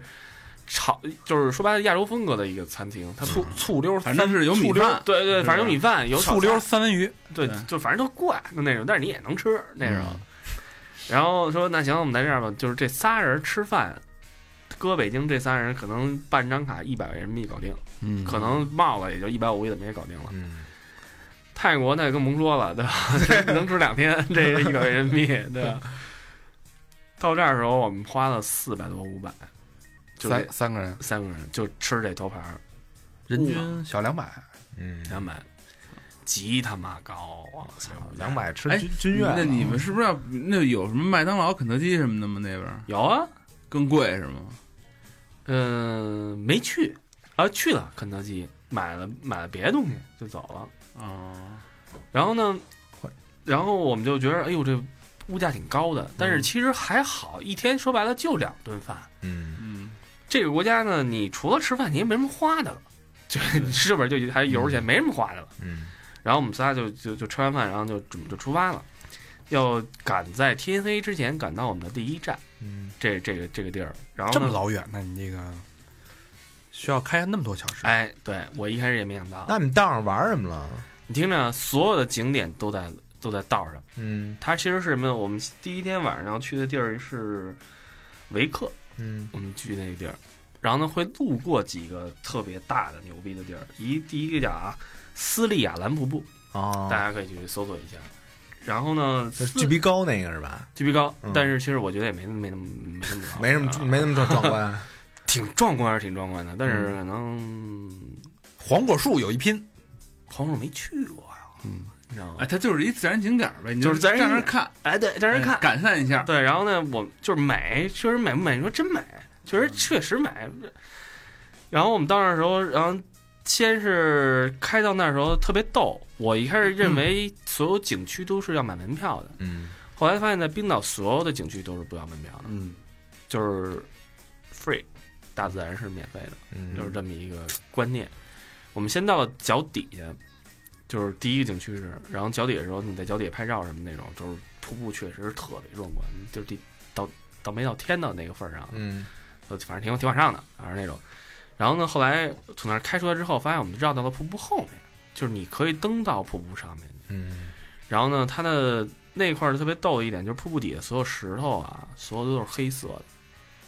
炒，就是说白了亚洲风格的一个餐厅，它醋醋溜儿嗯反三，正是有米醋溜儿饭嗯对对，是反正有吧米饭，有炒醋溜菜儿三文鱼，对对，就反正都怪的那种，但是你也能吃那种嗯。然后说那行，我们来这样吧，就是这仨人吃饭，搁北京这仨人可能办张卡一百人民币搞定，嗯，可能帽子也就一百五怎么也搞定了。嗯，泰国那跟甭说了，对吧？ 能吃两天，这一百人民币，对吧？到这儿的时候，我们花了四百多五百，就这三三个人，三个人就吃这头盘儿人均小两百。嗯，两百，极他妈高！我操，两百吃哎君君悦了，那你们是不是要那有什么麦当劳、肯德基什么的吗？那边儿有啊，更贵是吗？嗯，没去，啊，去了肯德基，买了买了别的东西就走了。哦啊，然后呢，然后我们就觉得，哎呦，这物价挺高的，但是其实还好，一天说白了就两顿饭。嗯，嗯，这个国家呢，你除了吃饭，你也没什么花的了，就是不是就还油钱没什么花的了。嗯然后我们仨就就就吃完饭，然后就准备就出发了，要赶在天黑之前赶到我们的第一站，嗯，这这个这个地儿。然后这么呢老远呢？你这个需要开那么多小时？哎，对我一开始也没想到，那你们道上玩什么了？你听着，啊所有的景点都在都在道上。嗯它其实是什么呢？我们第一天晚上去的地儿是维克，嗯我们去那个地儿，然后呢会路过几个特别大的牛逼的地儿。一第一个叫啊斯利亚兰瀑布，哦大，家可以去搜索一下。然后呢，就是斯巨逼高那个是吧？巨逼高嗯，但是其实我觉得也没没那么没那么 高没什么啊没那嗯么壮壮 观，挺壮观是挺壮观的，但是可能黄果树有一拼，黄总没去过啊呀，嗯，你知道哎，吗？它就是一自然景点儿呗，你就是自然景站点那儿儿看，哎，对，让人看哎感叹一下。对，然后呢，我就是美，确实美不美？你说真美，确嗯实确实美。然后我们到那儿的时候，然后先是开到那儿的时候特别逗，我一开始认为所有景区都是要买门票的，嗯后来发现在冰岛所有的景区都是不要门票的，嗯，就是 free，大自然是免费的，嗯，就是这么一个观念。我们先到了脚底下，就是第一个景区是，然后脚底下的时候你在脚底下拍照什么那种，就是瀑布确实是特别壮观，就是第到到没到天的那个份儿上，嗯就反正挺挺往上的，反正那种。然后呢，后来从那儿开出来之后，发现我们绕到了瀑布后面，就是你可以登到瀑布上面。嗯然后呢，它的那块儿特别逗的一点就是瀑布底下所有石头啊，所有都是黑色的。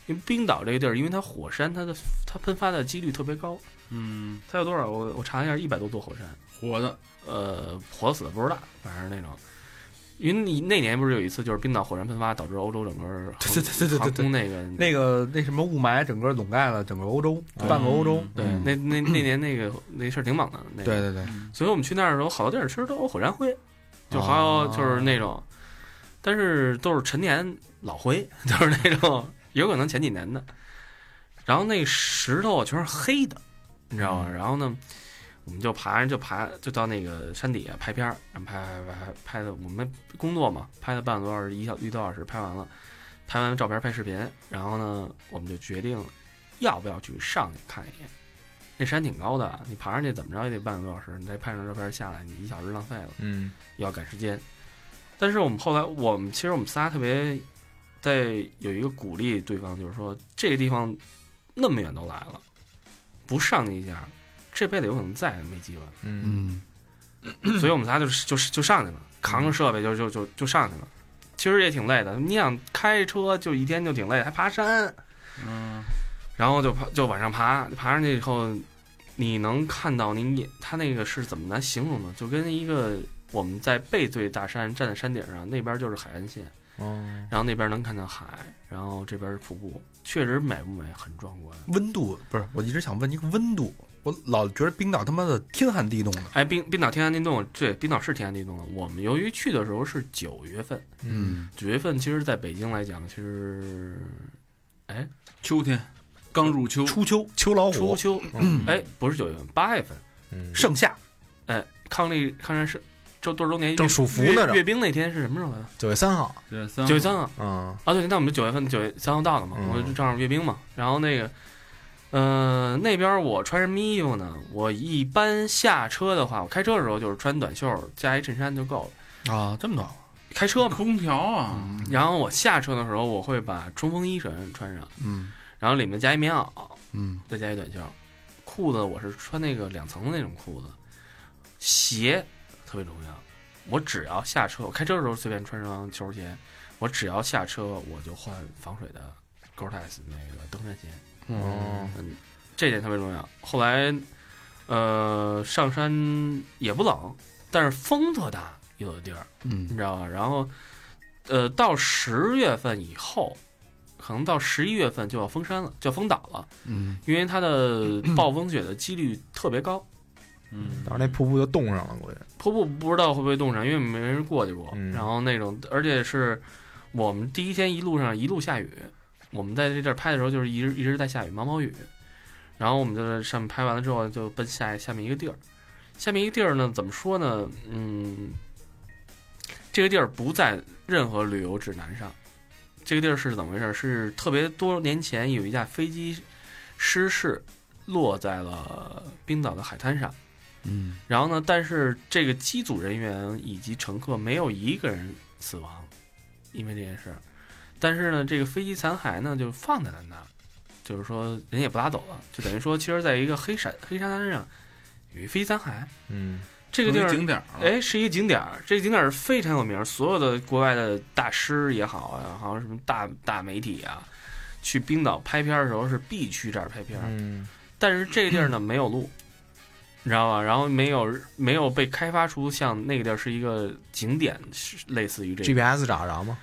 因为冰岛这个地儿，因为它火山，它的它喷发的几率特别高。嗯，它有多少？我我查了一下，一百多座火山。活的，呃，活死的不知道，反正那种。因为你那年不是有一次就是冰岛火山喷发导致欧洲整个航对对对对对对航空那个嗯那个那什么雾霾整个笼盖了整个欧洲，嗯半个欧洲。对嗯那那那年那个那事儿挺猛的。那个、对对对，嗯所以我们去那儿的时候，好多地儿其实都有火山灰，就还有哦就是那种，但是都是陈年老灰， 就是那种有可能前几年的。然后那石头全是黑的，你知道吗？然后呢，我们就爬就爬就到那个山底下拍片儿，然后拍拍拍拍的，我们工作嘛，拍了半个多小时，一小一个多小时拍完了，拍完照片拍视频，然后呢，我们就决定要不要去上去看一眼。那山挺高的，你爬上去怎么着也得半个多小时，你再拍张照片下来，你一小时浪费了，嗯要赶时间。但是我们后来，我们其实我们仨特别在有一个鼓励对方，就是说这个地方那么远都来了，不上去一下，这辈子有可能再也没机会 了。嗯嗯，所以我们仨就是就是就上去了，扛着设备就就就就上去了。其实也挺累的，你想开车就一天就挺累，还爬山，嗯，然后就爬就往上爬，爬上去以后，你能看到您眼，它那个是怎么来形容呢？就跟一个我们在背对大山，站在山顶上，那边就是海岸线，哦，然后那边能看到海，然后这边是瀑布，确实美不美？很壮观。温度不是，我一直想问一个温度，我老觉得冰岛他妈的天寒地冻的，哎，冰冰岛天然地洞，对，冰岛是天然地洞了。我们由于去的时候是九月份，嗯，九月份其实在北京来讲，其实，哎，秋天刚入秋，初秋秋老初虎，秋，嗯哎，不是九月份，八月份，嗯，盛夏，哎，抗日抗战是这多少周年正阅数伏阅呢，阅这兵那天是什么时候来着？九月三号，对，三九月号三号嗯啊，对，那我们就九月份九月三号到了嘛，嗯我就正好阅兵嘛。然后那个，呃，那边我穿什么衣服呢？我一般下车的话，我开车的时候就是穿短袖加一衬衫就够了。啊，这么暖开车嘛，空调啊，然后我下车的时候，我会把冲锋衣穿穿上，嗯然后里面加一棉袄，嗯再加一短袖。裤子我是穿那个两层的那种裤子，鞋特别重要。我只要下车，我开车的时候随便穿双球鞋，我只要下车我就换防水的 Gore-Tex 那个登山鞋，哦，嗯，这点特别重要。后来，呃，上山也不冷，但是风特大，有的地儿。你嗯知道吧？然后，呃，到十月份以后，可能到十一月份就要封山了，就要封岛了，嗯，因为它的暴风雪的几率特别高。嗯，到时候那瀑布就冻上了，估计，瀑布不知道会不会冻上，因为没人过去过。嗯然后那种，而且是我们第一天一路上一路下雨，我们在这地儿拍的时候就是一直一直在下雨，毛毛雨。然后我们就在上面拍完了之后，就奔下下面一个地儿。下面一个地儿呢，怎么说呢？嗯，这个地儿不在任何旅游指南上。这个地儿是怎么回事？是特别多年前有一架飞机失事，落在了冰岛的海滩上。嗯，然后呢，但是这个机组人员以及乘客没有一个人死亡，因为这件事儿。但是呢，这个飞机残骸呢就放在了那儿，就是说人也不拉走了，就等于说，其实在一个黑沙黑沙滩上有一飞机残骸，嗯这个地成为儿景点儿了，哎，是一个景点儿，这个景点儿非常有名儿，所有的国外的大师也好啊，好像什么大大媒体啊，去冰岛拍片儿的时候是必去这儿拍片儿。嗯但是这个地儿呢没有路，你知道吧？然后没有没有被开发出像那个地儿是一个景点，是类似于这个。 ，GPS 找着吗？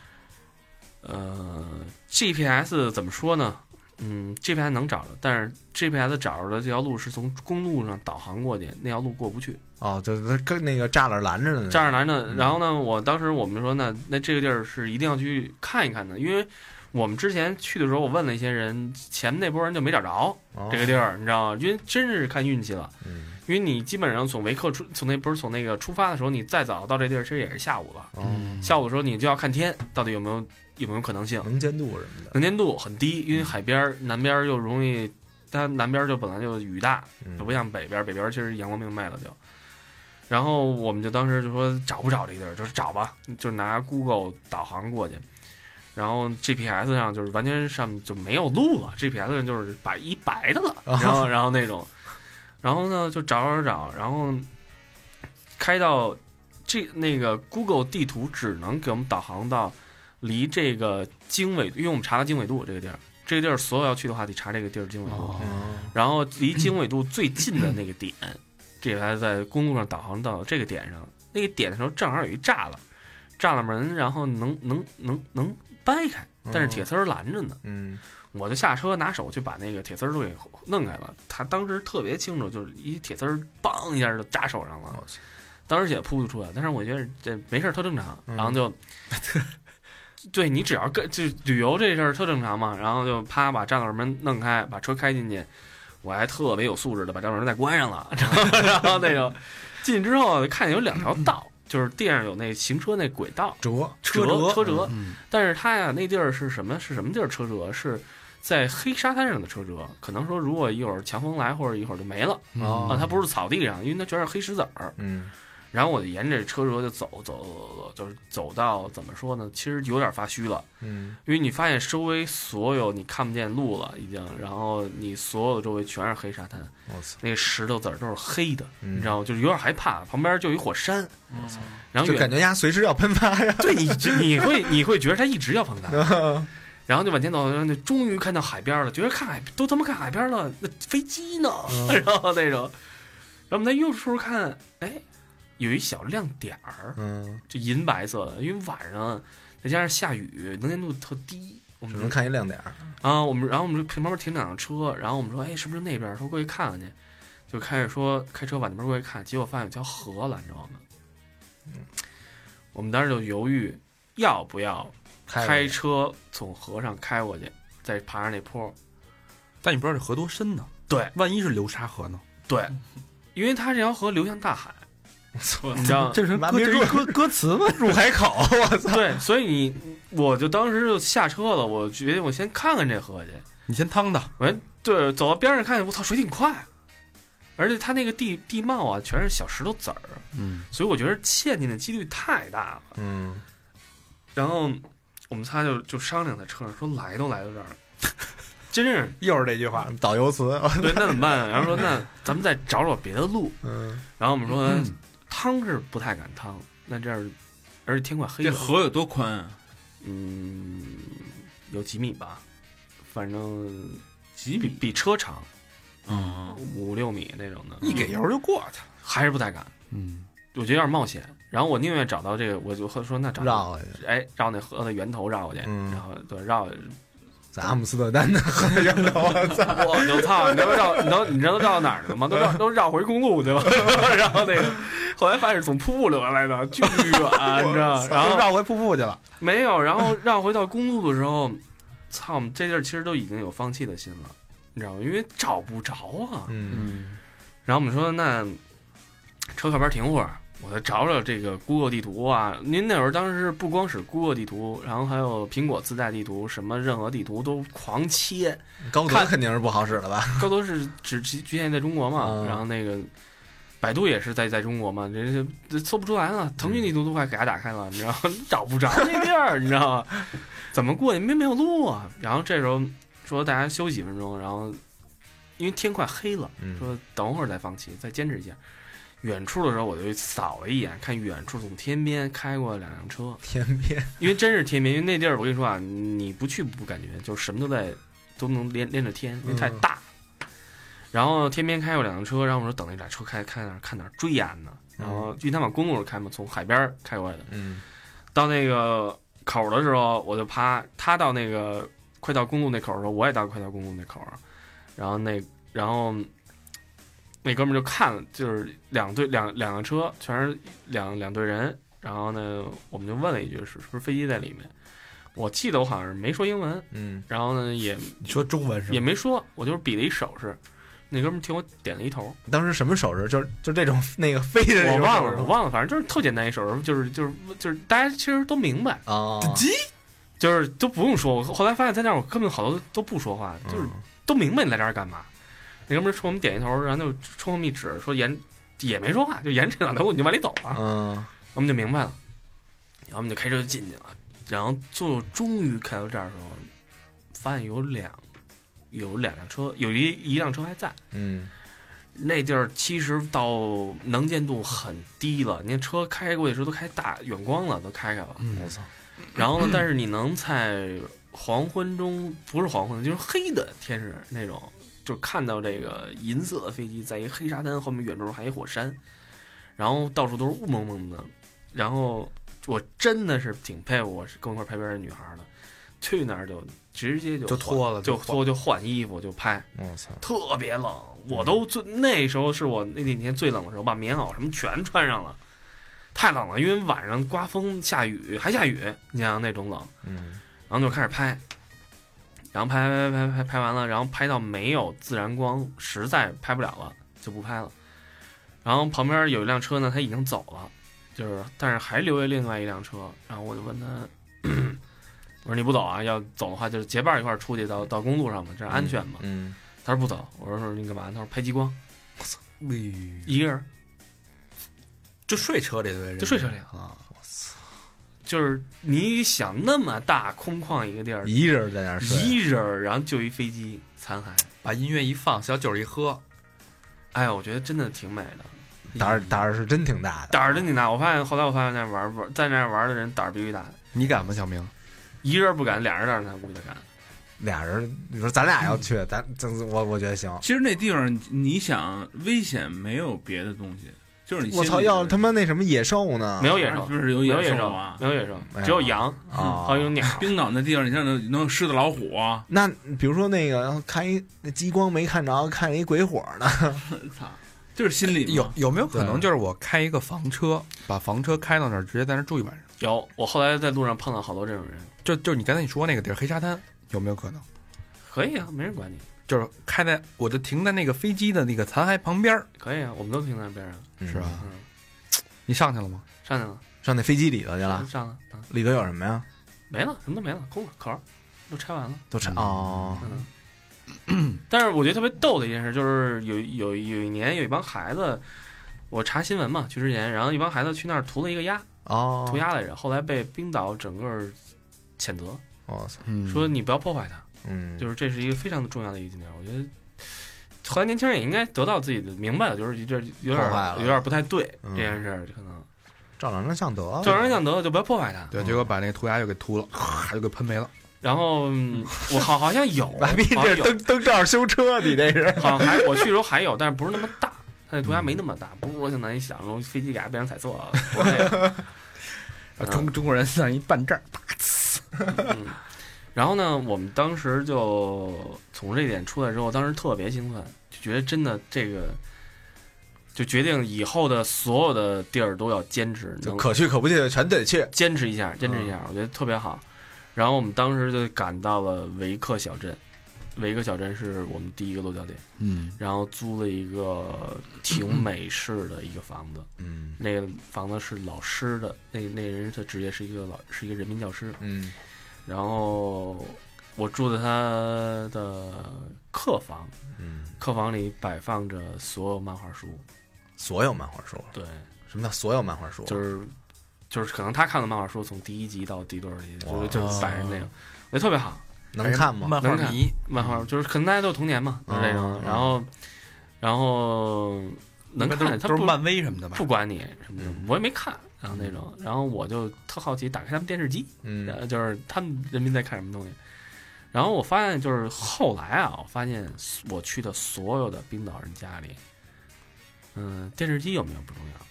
呃，GPS 怎么说呢？嗯，GPS 能找着，但是 GPS 找着的这条路是从公路上导航过去，那条路过不去。哦，就是跟那个栅栏拦着呢，这样来呢，嗯然后呢，我当时我们说那那这个地儿是一定要去看一看的，因为我们之前去的时候，我问了一些人，前面那波人就没找着哦这个地儿，你知道吗？因为真是看运气了，嗯，因为你基本上从维克出，从那不是从那个出发的时候，你再早到这地儿，其实也是下午了。哦，下午的时候你就要看天，到底有没有有没有可能性，能监度什么的，能见度很低，因为海边儿南边儿又容易，它南边儿就本来就雨大，嗯就不像北边，北边其实阳光明媚了就。然后我们就当时就说找不找这地儿，就是找吧，就拿 Google 导航过去，然后 GPS 上就是完全上面就没有路了，GPS 上就是把一白的了，然后然后那种，然后呢就找找找，然后开到这那个 Google 地图只能给我们导航到离这个经纬，因为我们查了经纬度这个地儿，这个地儿所有要去的话得查这个地儿经纬度。哦哦然后离经纬度最近的那个点，这还在公路上导航到这个点上，那个点的时候正好有一栅栏，栅栏门，然后能能能能掰开，但是铁丝儿拦着呢。嗯我就下车拿手去把那个铁丝儿都给弄开了。他当时特别清楚，就是一铁丝儿梆一下就扎手上了，当时血扑就出来了。但是我觉得这没事儿，特正常。嗯然后就，对你只要跟就旅游这事儿特正常嘛。然后就啪把栅栏门弄开，把车开进去。我还特别有素质的把栅栏门再关上了，然后然后那个进去之后看见有两条道，就是地上有那行车那轨道，折车折车辙，嗯但是它呀，那地儿是什么？是什么地儿？车辙是在黑沙滩上的车辙，可能说如果一会儿强风来，或者一会儿就没了哦啊。它不是草地上，因为它全是黑石子儿。嗯然后我就沿着车辙就走走走走，就是走到怎么说呢？其实有点发虚了，嗯因为你发现周围所有你看不见路了已经，然后你所有的周围全是黑沙滩，我操，那个石头子儿都是黑的，嗯你知道吗？就是有点害怕，旁边就有一火山，然后就远感觉呀，随时要喷发呀， 对你就你会你会觉得它一直要放大，然后就往前走，然后就终于看到海边了，觉得看海都他妈看海边了，那飞机呢？ 然后那种，然后我们在右处看，哎，有一小亮点儿，嗯，就银白色的，因为晚上再加上下雨，能见度特低，我只们能就看一亮点儿，啊，我们然后我们就旁边停两辆车，然后我们说，哎，是不是那边？说过去看看去，就开始说开车往那边过去看，结果发现有条河了，你知道吗？我们当时就犹豫要不要开着车从河上开过去，再爬上那坡。但你不知道这河多深呢。对，万一是流沙河呢？对，因为它这条河流向大海，你知道吗？这是妈歌憋这住是歌歌词吗？入海口，我操，对，所以你我就当时就下车了，我决定我先看看这河去。你先趟的，对，走到边上看，我操，水挺快，而且它那个地地貌啊，全是小石头子儿。嗯，所以我觉得陷进的几率太大了。嗯，然后我们仨就就商量在车上说，来都来到这儿了， 真 是又是这句话，导游词，对，那怎么办啊？然后说那咱们再找找别的路。嗯，然后我们说、趟是不太敢趟，那这样而且天快黑这了，河有多宽啊？嗯有几米吧，反正几米比车长，嗯，五六米那种的，一给油就过去了。还是不太敢。嗯，我觉得有点冒险，然后我宁愿找到这个，我就和说那找绕回去，哎绕那河的源头绕过去，嗯然后对绕在阿姆斯特丹的河边儿，我操，我牛操！哦你知道绕，你知道你知道绕到哪儿了吗？都绕都绕回公路去了。 然后那个后来发现是从瀑布流下来的，巨远，你知道？然就后绕回瀑布去了。没有，然后绕回到公路的时候，操！我们这地儿其实都已经有放弃的心了，你知道吗？因为找不着啊。嗯嗯，然后我们说那车靠边停会儿。我再找找这个 Google 地图啊！您那会儿当时不光是 Google 地图，然后还有苹果自带地图，什么任何地图都狂切，高德肯定是不好使了吧？高德是只局局限在中国嘛，嗯然后那个百度也是在在中国嘛，人家这搜不出来嗯了，腾讯地图都快给它打开了，你知道吗 找不着那地儿，你知道吗？怎么过去？没没有路啊！然后这时候说大家休息几分钟，然后因为天快黑了，嗯说等会儿再放弃，再坚持一下。远处的时候，我就扫了一眼，看远处从天边开过两辆车，天边，因为真是天边，因为那地儿我跟你说啊，你不去不感觉，就是什么都在都能连连着天，因为太大。然后天边开过两辆车，然后我说等那俩车开开哪儿看哪儿追眼呢，然后因为他往公路上开嘛，从海边儿开过来的，嗯到那个口儿的时候，我就趴他到那个快到公路那口儿的时候，我也到快到公路那口儿，然后那然后那哥们儿就看了，就是两队两两辆车，全是两两队人，然后呢，我们就问了一句是是不是飞机在里面？我记得我好像是没说英文，嗯，然后呢也你说中文是也吗？没说，我就是比了一手势，那哥们儿替我点了一头，当时什么手势？就是就这种那个飞的那我种忘手了，我势忘了，反正就是特简单一手势，就是就是就是大家其实都明白。啊，哦就是都不用说。我后来发现，在那儿我根本好多都不说话，就是都明白你来这儿干嘛。那哥们儿冲我们点一头，然后就冲我们一指，说沿也没说话，就沿着这两条路你就往里走了。嗯，我们就明白了，然后我们就开车就进去了。然后最后终于开到这儿的时候，发现有两有两辆车，有一一辆车还在。嗯那地儿其实到能见度很低了，您车开过去的时候都开大远光了，都开开了。嗯我操，然后呢，但是你能在黄昏中，不是黄昏，就是黑的天是那种，就看到这个银色的飞机在一黑沙滩后面，远处还有一火山，然后到处都是雾蒙蒙的。然后我真的是挺佩服我是跟我一块拍片的女孩的，去那儿就直接就就脱了，就脱就换衣服就拍，我操，特别冷，我都最那时候是我那几天最冷的时候，把棉袄什么全穿上了，太冷了，因为晚上刮风下雨还下雨，你想想那种冷，嗯然后就开始拍，然后拍拍拍拍拍拍完了，然后拍到没有自然光，实在拍不了了，就不拍了。然后旁边有一辆车呢，他已经走了，就是但是还留下另外一辆车，然后我就问他。 我说你不走啊？要走的话，就是结伴一块儿出去到到公路上嘛，这样安全嘛。嗯，他说不走，我说你干嘛？他说拍激光，哎一个人。就睡车这堆人，就睡车这个啊，就是你想那么大空旷一个地儿，一人在那儿睡，嗯一人儿，然后就一飞机残骸，把音乐一放，小酒一喝，哎呀，我觉得真的挺美的，胆儿胆儿是真挺大的。胆儿真挺大。我发现后来我发现那玩儿玩在那玩儿的人胆儿必须大，你敢吗，小明？一人儿不敢，俩人儿那估计敢。俩人，你说咱俩要去，咱咱我我觉得行。其实那地方你想危险没有别的东西，就是你我操，要他妈那什么野兽呢？没有野兽不是有没有野兽兽啊，没有野兽没，有只有羊，啊还有鸟。冰岛那地方，你像能能有狮子、老虎啊，那比如说那个看一那激光没看着，看一鬼火呢，操，就是心里嘛有有没有可能对就是我开一个房车，把房车开到那儿，直接在那儿住一晚上？有，我后来在路上碰到好多这种人，就就你刚才你说那个地儿黑沙滩，有没有可能可以啊，没人管你，就是开在我就停在那个飞机的那个残骸旁边儿，可以啊，我们都停在边上，嗯是吧？？嗯，你上去了吗？上去了，上那飞机里头去了，上了，嗯里头有什么呀？没了，什么都没了，空了，壳儿都拆完了。都拆哦，嗯，但是我觉得特别逗的一件事就是有有有一年有一帮孩子，我查新闻嘛，去之前，然后一帮孩子去那儿屠了一个鸭，哦，屠鸭来着，后来被冰岛整个谴责，哦我操，嗯说你不要破坏它，嗯，就是这是一个非常重要的一个景点，我觉得。呃后来年轻人也应该得到自己的明白了，就是这有点破坏了有点不太对、嗯哦这件事儿，可能照两张相得了，叫人想得了就不要破坏它。对，结果把那个涂鸦又给涂 了，咔又给喷没了。然后嗯我好好像 有，爸逼好这像有灯灯罩修车，你这是？好像还我去的时候还有，但是不是那么大，它那涂鸦没那么嗯大，不是我想难一想中飞机给它变成彩色了。不是这个啊中中国人像一半证儿，嗯然后呢，我们当时就从这点出来之后，当时特别兴奋，就觉得真的这个，就决定以后的所有的地儿都要坚持，能可去可不去的全得去，坚持一下，坚持一下，我觉得特别好。然后我们当时就赶到了维克小镇，维克小镇是我们第一个落脚点，嗯，然后租了一个挺美式的一个房子。嗯那个房子是老师的，那那人的职业是一个老是一个人民教师，嗯然后我住在他的客房，嗯，客房里摆放着所有漫画书，所有漫画书，对，什么叫所有漫画书？就是就是可能他看的漫画书从第一集到第多少集，就哇是就是摆着那个，我觉得特别好，嗯能看吗？漫画迷，漫画就是可能大家都有童年嘛，就这种嗯，然后然后能一般都看是他都是不漫威什么的吧不？管你什么的，我也没看，然后那种，然后我就特好奇，打开他们电视机。嗯，呃，就是他们人民在看什么东西。然后我发现，就是后来啊，我发现我去的所有的冰岛人家里，嗯、电视机有没有不重要，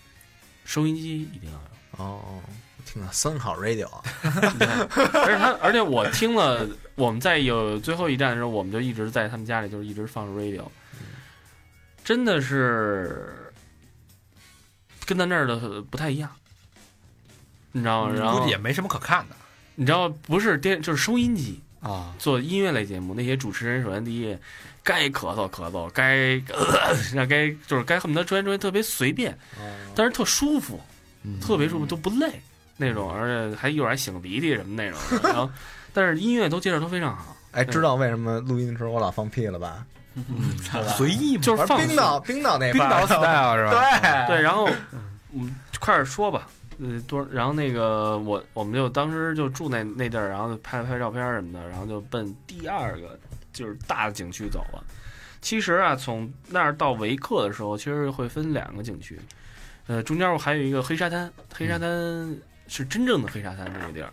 收音机一定要有。哦，听到三好 radio，而且他，而且我听了，我们在有最后一站的时候，我们就一直在他们家里，就是一直放着 radio，真的是跟咱这儿的不太一样，你知道吗？然估后计也没什么可看的你知道不是电就是收音机，啊。做音乐类节目，那些主持人首先第一，该咳嗽咳嗽，该 那该就是该恨不得专专特别随便，但是特舒服，嗯特别舒服都不累那种，而且还一会儿还擤个鼻涕什么那种。然后， 但是音乐都介绍都非常好，哎，对知道为什么录音的时候我老放屁了吧？随意嘛，就是玩放冰松岛，冰岛那冰边儿岛 style 是吧？对对，然后我们快点说吧，呃，多，然后那个我我们就当时就住那那地儿，然后就拍了拍照片什么的，然后就奔第二个就是大景区走了。其实啊，从那儿到维克的时候，其实会分两个景区，呃，中间我还有一个黑沙滩，黑沙滩是真正的黑沙滩那个地儿，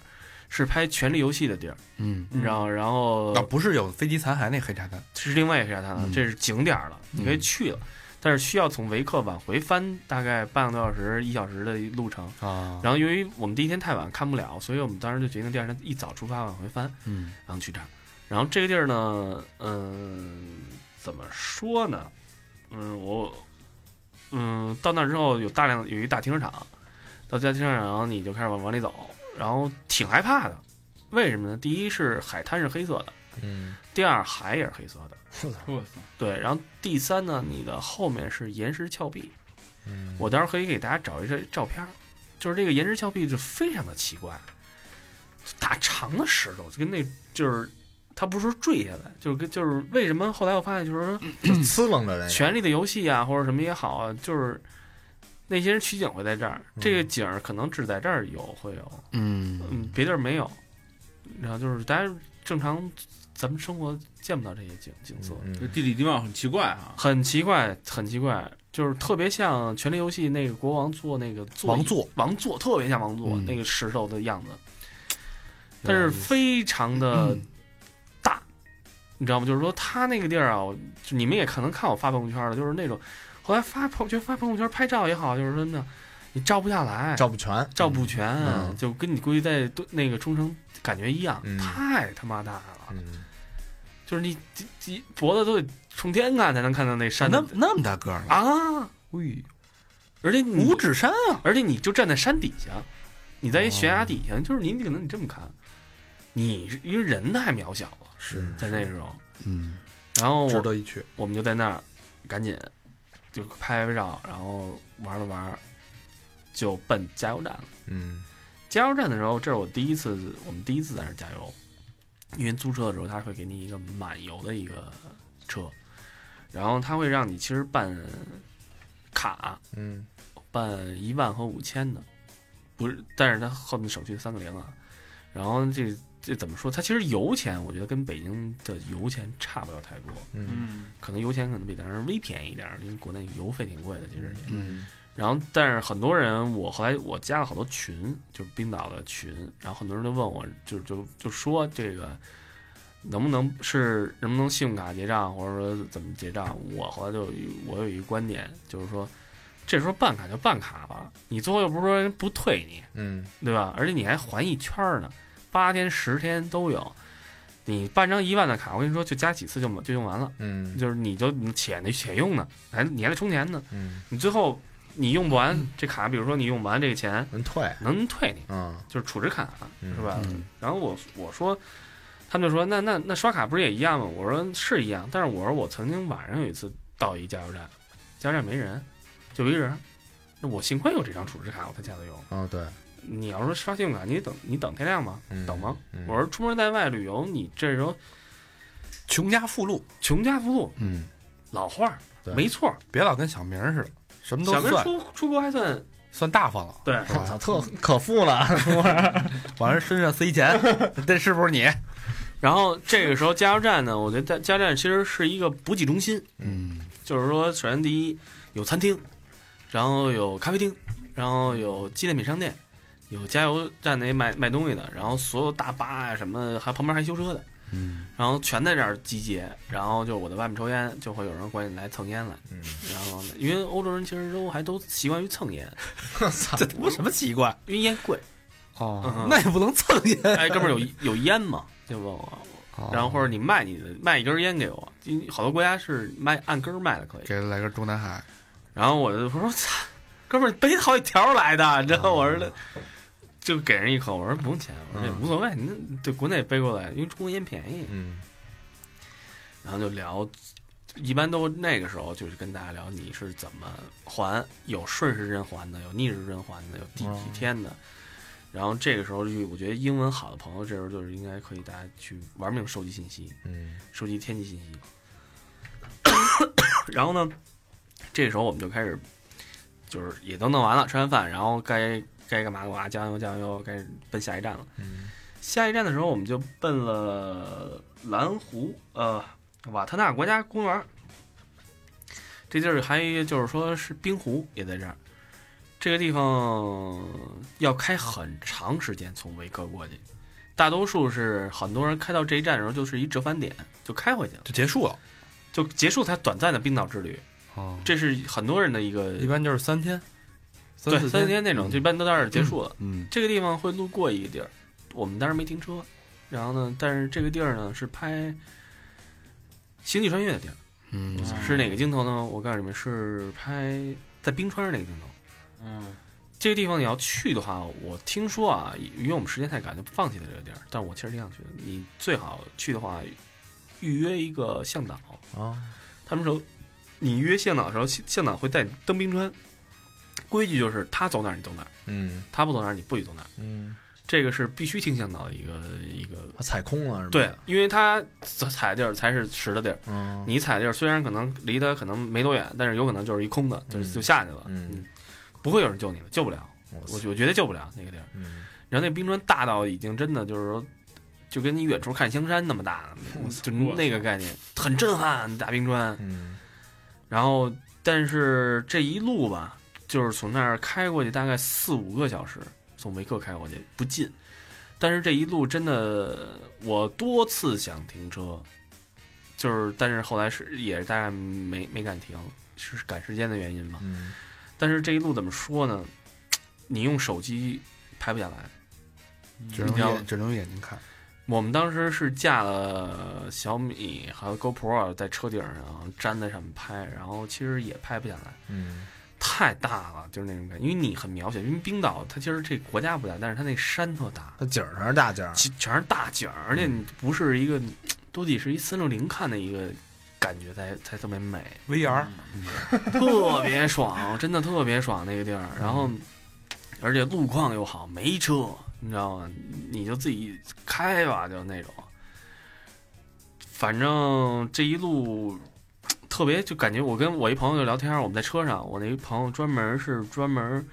是拍《权力游戏》的地儿，嗯，你知道吗？然后啊，不是有飞机残骸那黑沙滩，是另外一个黑沙滩了嗯，这是景点儿了，你可以去了，但是需要从维克往回翻大概半个多小时、一小时的路程。啊，然后由于我们第一天太晚看不了，所以我们当时就决定第二天一早出发往回翻，嗯然后去这儿。然后这个地儿呢，嗯、怎么说呢？嗯，我，嗯，到那儿之后有大量有一大停车场，到大停车场，然后你就开始往往里走，然后挺害怕的。为什么呢？第一是海滩是黑色的，嗯，第二海也是黑色的，我操，对。然后第三呢，你的后面是岩石峭壁，嗯我到时候可以给大家找一些照片儿，就是这个岩石峭壁就非常的奇怪，大长的石头，就跟那就是它不是说坠下来，就是跟就是为什么后来我发现就是说就呲楞着那《个，权力的游戏》啊，或者什么也好啊，就是那些人取景会在这儿，这个景儿可能只在这儿有会有，嗯，嗯，别地儿没有。然后就是大家正常，咱们生活见不到这些景景色，这嗯地理地貌很奇怪啊。很奇怪，很奇怪，就是特别像《权力游戏》那个国王坐那个座椅王座，王座特别像王座、嗯那个石头的样子，但是非常的嗯大，你知道吗？就是说他那个地儿啊，我就你们也可能看我发朋友圈了，就是那种后来发朋友圈发朋友圈拍照也好，就是真的你照不下来，照不全，照不全、嗯就跟你估计在都那个冲绳感觉一样，嗯太他妈大了，嗯，就是你你你脖子都得冲天看才能看到那山的哦那那么大个儿了，啊，哎而且你五指山啊，而且你就站在山底下，你在一悬崖底下，就是你可能你这么看，你是因为人太渺小了，是在那时候，嗯，然后值我得一去。我们就在那儿赶紧就拍拍照，然后玩了玩，就奔加油站了。嗯加油站的时候，这是我第一次，我们第一次在那儿加油，因为租车的时候他会给你一个满油的一个车，然后他会让你其实办卡，嗯办一万和五千的，不是，但是它后面省去三个零啊。然后这这怎么说？它其实油钱，我觉得跟北京的油钱差不了太多，嗯嗯，可能油钱可能比咱这儿微便宜一点儿，因为国内油费挺贵的，其实也。嗯然后，但是很多人，我后来我加了好多群，就是冰岛的群，然后很多人都问我，就就就说这个能不能是能不能信用卡结账，或者说怎么结账？我后来就有一我有一个观点，就是说这时候办卡就办卡吧，你最后又不是说人不退你，嗯对吧？而且你还还一圈儿呢，八天十天都有，你办张一万的卡，我跟你说就加几次就就用完了，嗯就是你就你且那且用呢，还你还得充钱呢。嗯，你最后你用不完这卡，比如说你用不完这个钱，能退，能退你，嗯就是储值卡，嗯是吧？嗯然后我我说，他们就说那那那刷卡不是也一样吗？我说是一样，但是我说我曾经晚上有一次到一加油站，加油站没人，就一人，那我幸亏有这张储值卡，我才加的油。哦对，你要说刷信用卡，你等你等天亮吧，嗯等吗？嗯我说出门在外旅游，你这时候穷家富路，穷家富路，嗯，老话儿对没错儿，别老跟小明儿似的，什么都小明算出出国还算算大方了，对。我操，特可富了，完了身上塞钱，这是不是你？然后这个时候加油站呢，我觉得加油站其实是一个补给中心，嗯，就是说，首先第一有餐厅，然后有咖啡厅，然后有纪念品商店，有加油站那卖卖东西的，然后所有大巴呀、什么，还旁边还修车的，嗯，然后全在这儿集结。然后就我在外面抽烟，就会有人管你来蹭烟来。嗯然后呢因为欧洲人其实都还都习惯于蹭烟，我操，这他妈什么奇怪？因为烟贵。哦嗯那也不能蹭去。 哎，哥们儿有有烟吗？就问我，哦然后或者你卖你的卖一根烟给我，因为好多国家是卖按根儿卖的可以。给他来个中南海，然后我就说：“操，哥们儿背好几条来的，你知道吗？”我说：“就给人一口，我说不用钱，我说也无所谓，你那对国内背过来，因为中国烟便宜。嗯”然后就聊，一般都那个时候就是跟大家聊你是怎么还，有顺时针还的，有逆时针还的，有第几天的。然后这个时候，就我觉得英文好的朋友，这时候就是应该可以大家去玩命收集信息。嗯收集天气信息。 然后呢，这时候我们就开始，就是也都弄完了，吃完饭，然后该该干嘛干嘛，加油加油，该奔下一站了。嗯下一站的时候，我们就奔了蓝湖，呃，瓦特纳国家公园。这地儿还有一个就是说是冰湖也在这儿，这个地方要开很长时间从维克过去，大多数是很多人开到这一站的时候就是一折返点就开回去了，就结束了。就结束他短暂的冰岛之旅。哦，这是很多人的一个一般就是嗯三天，对四三天那种，就一般都到这儿结束了。嗯，这个地方会路过一个地儿，我们当时没停车，然后呢，但是这个地儿呢是拍《星际穿越》的地儿，嗯嗯是哪个镜头呢？我告诉你们，是拍在冰川上那个镜头。嗯，这个地方你要去的话，我听说啊，因为我们时间太赶，就放弃了这个地儿。但是我其实挺想去的。你最好去的话，预约一个向导，啊，他们说你约向导的时候，向向导会带你登冰川。规矩就是他走哪儿你走哪儿，嗯他不走哪儿你不许走哪儿。嗯，这个是必须听向导的一个一个他踩空了是吧？对，因为他踩的地儿才是实的地儿，嗯，你踩的地儿虽然可能离他可能没多远，但是有可能就是一空的，就是嗯就下去了。嗯，不会有人救你的，救不了，我我去，我觉得救不了那个地儿。嗯，然后那冰川大到已经真的就是说，就跟你远处看香山那么大，就那个概念，很震撼大冰川。嗯然后，但是这一路吧，就是从那儿开过去大概四五个小时，从维克开过去不近。但是这一路真的，我多次想停车，就是但是后来是也是大概没没敢停，是赶时间的原因吧。嗯但是这一路怎么说呢？你用手机拍不下来。只你能要眼只能用眼睛看。我们当时是架了小米还有 GoPro 在车顶上粘在上面拍，然后其实也拍不下来，嗯太大了，就是那种感觉。因为你很渺小，因为冰岛它其实这国家不大，但是它那山特大，它景儿上是大景儿，其全是大景儿，而且你不是一个，都得是一三六零看的一个感觉才才特别美。 VR 特别爽， 真的特别爽那个地儿。然后，而且路况又好，没车，你知道吗？你就自己开吧，就那种。反正这一路特别，就感觉我跟我一朋友就聊天，我们在车上，我那一朋友专门是专门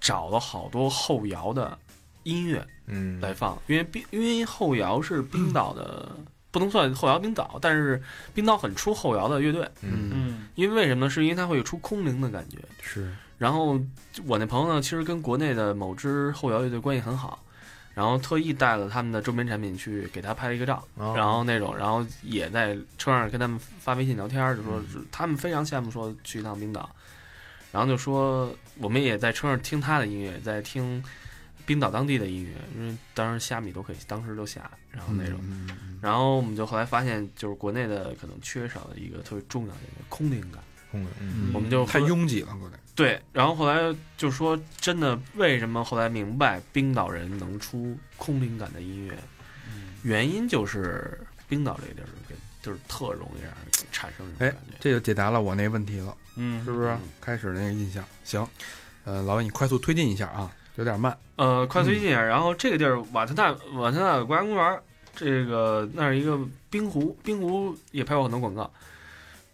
找了好多后摇的音乐嗯，来放，因为冰因为后摇是冰岛的，不能算后摇冰岛，但是冰岛很出后摇的乐队。嗯嗯，因为为什么呢？是因为它会有出空灵的感觉。是，然后我那朋友呢，其实跟国内的某支后摇乐队关系很好，然后特意带了他们的周边产品去给他拍了一个照，哦然后那种，然后也在车上跟他们发微信聊天，就说嗯他们非常羡慕说去一趟冰岛，然后就说我们也在车上听他的音乐，也在听冰岛当地的音乐，因为当时虾米都可以，当时就下，然后那种。嗯嗯嗯然后我们就后来发现，就是国内的可能缺少了一个特别重要的一个空灵感，嗯嗯我们就太喝拥挤了，过来。对，然后后来就说，真的，为什么后来明白冰岛人能出空灵感的音乐，嗯原因就是冰岛这个地儿给就是特容易让人产生这哎种感觉。这就解答了我那问题了，嗯是不是嗯？开始那个印象行，呃，老魏你快速推进一下啊，有点慢。呃，快推进一下，然后这个地儿瓦特纳瓦特纳国家公园，这个那是一个冰湖，冰湖也拍过很多广告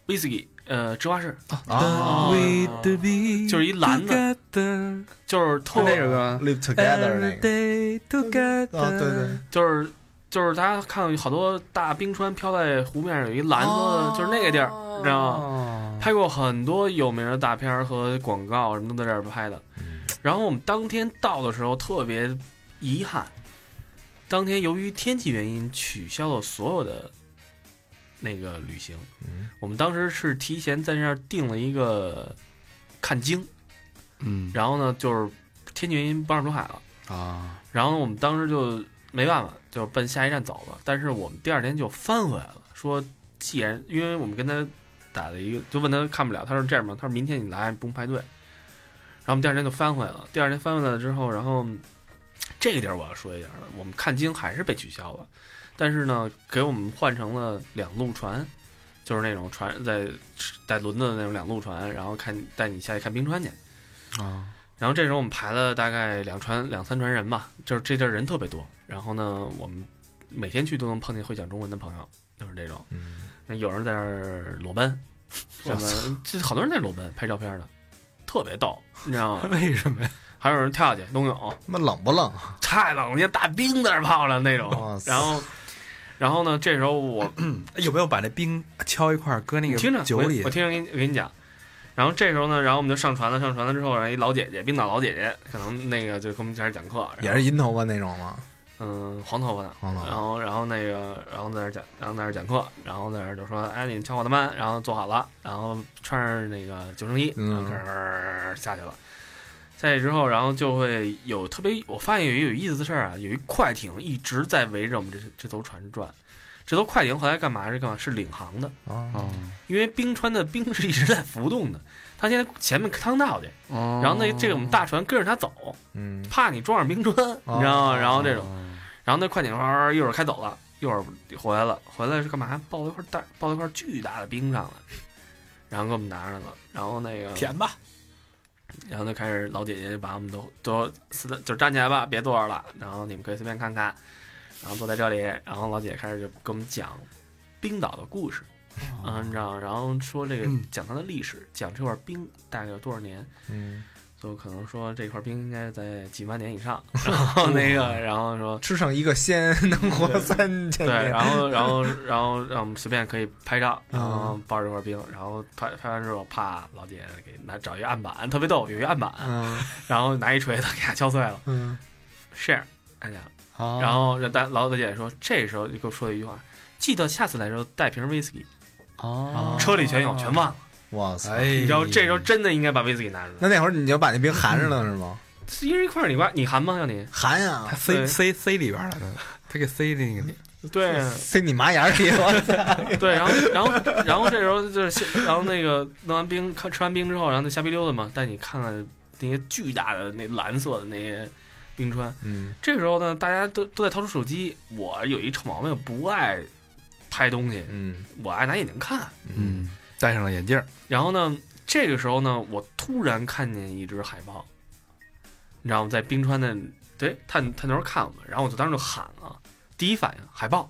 ，whisky，呃，芝华士，啊 We to be 就是一蓝的 together，就是是特那个，live together 那 Every 个， day together，啊对对，就是就是大家看好多大冰川飘在湖面上，有一蓝色的，就是那个地儿，你知道吗？哦，拍过很多有名的大片儿和广告，什么都在这儿拍的。然后我们当天到的时候特别遗憾，当天由于天气原因取消了所有的那个旅行。嗯我们当时是提前在那儿订了一个看鲸，嗯然后呢就是天气原因不让出海了，啊，然后我们当时就没办法，就奔下一站走了。但是我们第二天就翻回来了，说既然因为我们跟他打了一个，就问他看不了，他说这样吧，他说明天你来，你不用排队。然后我们第二天就翻回来了。第二天翻回来了之后，然后这个地儿我要说一下了，我们看经还是被取消了，但是呢，给我们换成了两路船，就是那种船在带轮子的那种两路船，然后看带你下去看冰川去。啊，然后这时候我们排了大概两船两三船人吧，就是这地儿人特别多。然后呢，我们每天去都能碰见会讲中文的朋友，就是这种。嗯那有人在那儿裸奔，什么这好多人在裸奔拍照片的，特别逗，你知道吗？ 为什么呀？啊还有人跳下去冬泳，他妈冷不冷？太冷了，人家大冰在那儿泡着那种。哇塞然后，然后呢，这时候我有没有把那冰敲一块儿搁那你个听着，酒我里我？听着给你我给你讲。然后这时候呢，然后我们就上船了，上船了之后，然后一老姐姐，冰岛老姐姐，可能那个就给我们开始讲课，然也后是银头发那种吗？嗯，黄头发的，黄头然发，后然后那个，然后在那儿讲，然后在那儿讲课，然后在那儿就说，哎，你敲我的门，然后坐好了，然后穿上那个救生衣，嗯然后儿下去了。下去之后，然后就会有特别，我发现有一有意思的事儿啊，有一快艇一直在围着我们这这艘船转。这艘快艇后来干嘛是干嘛？是领航的，啊，哦因为冰川的冰是一直在浮动的，它现在前面趟道去，哦，然后那这个我们大船跟着它走，嗯，怕你撞上冰川，你知道吗？然后这种。哦然后那快艇哗哗一会儿开走了，一会儿回来了，回来是干嘛？抱了一块大，抱了一块巨大的冰上来，然后给我们拿上来了，然后那个，吧，然后就开始老姐姐就把我们都都撕的，就站起来吧，别坐着了，然后你们可以随便看看，然后坐在这里，然后老姐姐开始就跟我们讲冰岛的故事，嗯，你知道吗，然后说这个嗯讲它的历史，讲这块冰大概有多少年，嗯就可能说这块冰应该在几万年以上，然后那个，然后说吃上一个鲜能活三千 对，年，然后然后然后让我们随便可以拍照，然后抱着这块冰，然后拍拍完之后，啪，老姐给拿找一个案板，特别逗，有一案板，嗯然后拿一锤子给它敲碎了嗯， ，share，大家，好，然后让大老姐说，这时候就给我说了一句话，记得下次来的时候带瓶威士忌，哦车里全有，全忘了，哇塞！哎你知道这时候真的应该把威士忌拿出来，那那会儿你就把那冰含上了是吗？一人一块儿，你挖，你含吗？要你？含他啊，塞对塞塞里边了，他给塞那个里。对啊塞你麻眼里，我操！ 对，然后然后然后这时候就是先，然后那个弄完冰，看吃完冰之后，然后就瞎逼溜达嘛，带你看看那些巨大的那蓝色的那些冰川。嗯，这时候呢，大家都都在掏出手机，我有一臭毛病，不爱拍东西，嗯我爱拿眼睛看。嗯，戴上了眼镜儿，然后呢，这个时候呢，我突然看见一只海豹，你知道吗？在冰川的，对，探探头看我们，然后我就当时就喊了，第一反应海豹。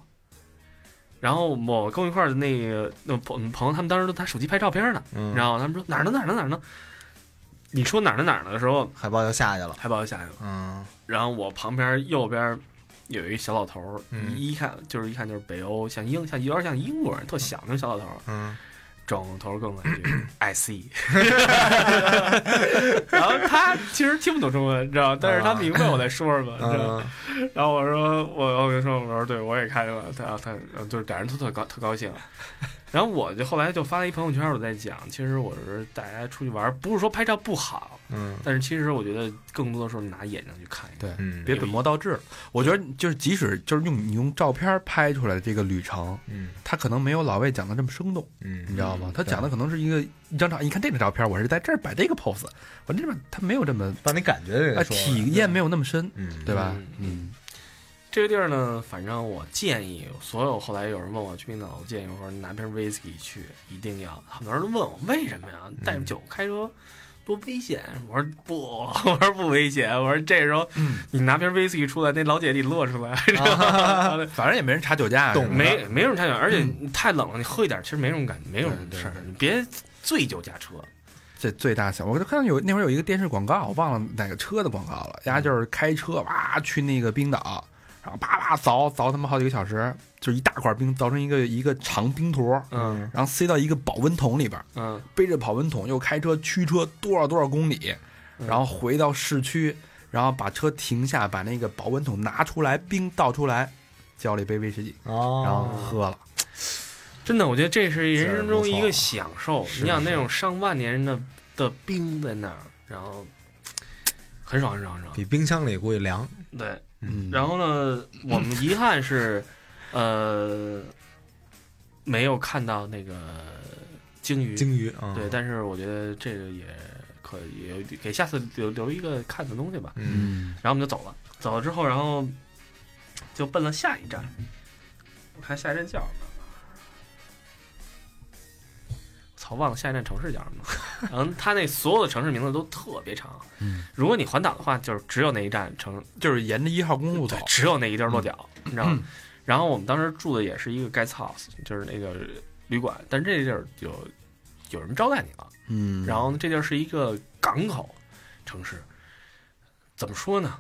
然后我跟我一块儿的那个那朋朋友，他们当时都拿手机拍照片呢，嗯，然后他们说哪儿呢哪儿呢哪儿呢？你说哪儿呢哪儿呢的时候，海豹就下去了，海豹就下去了。嗯然后我旁边右边有一小老头儿，嗯一一看就是一看就是北欧，像英像有点像英国人，特小那种小老头儿。嗯，转过头跟我一句 I see，然后他其实听不懂中文，你知道，但是他明白我在说 什么，你知道。嗯然后我说我我跟你说，我说对我也看见了，他他呃就是俩人都特高特高兴。然后我就后来就发了一朋友圈，我在讲，其实我是大家出去玩，不是说拍照不好，嗯但是其实我觉得更多的时候拿眼睛去看一看。对嗯，别本末倒置了。我觉得就是，即使就是用你用照片拍出来的这个旅程，嗯他可能没有老魏讲的这么生动，嗯，你知道吗嗯？他讲的可能是一个一张照，你看这张照片，我是在这儿摆这个 pose，我这边他没有这么把你感觉给啊说出来体验，没有那么深，嗯，对吧嗯？嗯，这个地儿呢，反正我建议所有后来有人问我去冰岛，我建议我说拿瓶威士忌去，一定要。很多人都问我为什么呀？带酒开车多危险？我说不， 我说不危险。我说这时候你拿瓶威士忌出来，那老姐得落出来，知道吗？ 反正也没人查酒驾，啊懂是吧没没什么太远，而且你嗯太冷了，你喝一点其实没什么感觉，没有什么事儿，你别醉酒驾车。这最大小，我就看到有那会儿有一个电视广告，我忘了哪个车的广告了，人家就是开车哇去那个冰岛，然后啪啪凿凿他妈好几个小时，就是一大块冰凿成一个一个长冰坨，嗯然后塞到一个保温桶里边，嗯，背着保温桶又开车驱车多少多少公里，嗯然后回到市区，然后把车停下，把那个保温桶拿出来，冰倒出来，浇了一杯威士忌，然后哦，喝了。真的，我觉得这是人生中一这不错个享受。你想那种上万年的的冰在那儿，然后很爽很爽很爽。比冰箱里估计凉，对，嗯，然后呢，我们遗憾 是，呃，没有看到那个鲸鱼。鲸鱼，嗯对，，但是我觉得这个也可以给下次留留一个看的东西吧。嗯嗯，然后我们就走了，走了之后，然后就奔了下一站。我看下一站叫什么？操，忘了下一站城市叫什么了。然后它那所有的城市名字都特别长。嗯，如果你环岛的话，就是只有那一站城，就是沿着一号公路走对，，只有那一地儿落脚，你知道吗？然后我们当时住的也是一个 guest house，就是那个旅馆，但这地儿有有人招待你了。嗯，然后呢，这地儿是一个港口城市，怎么说呢？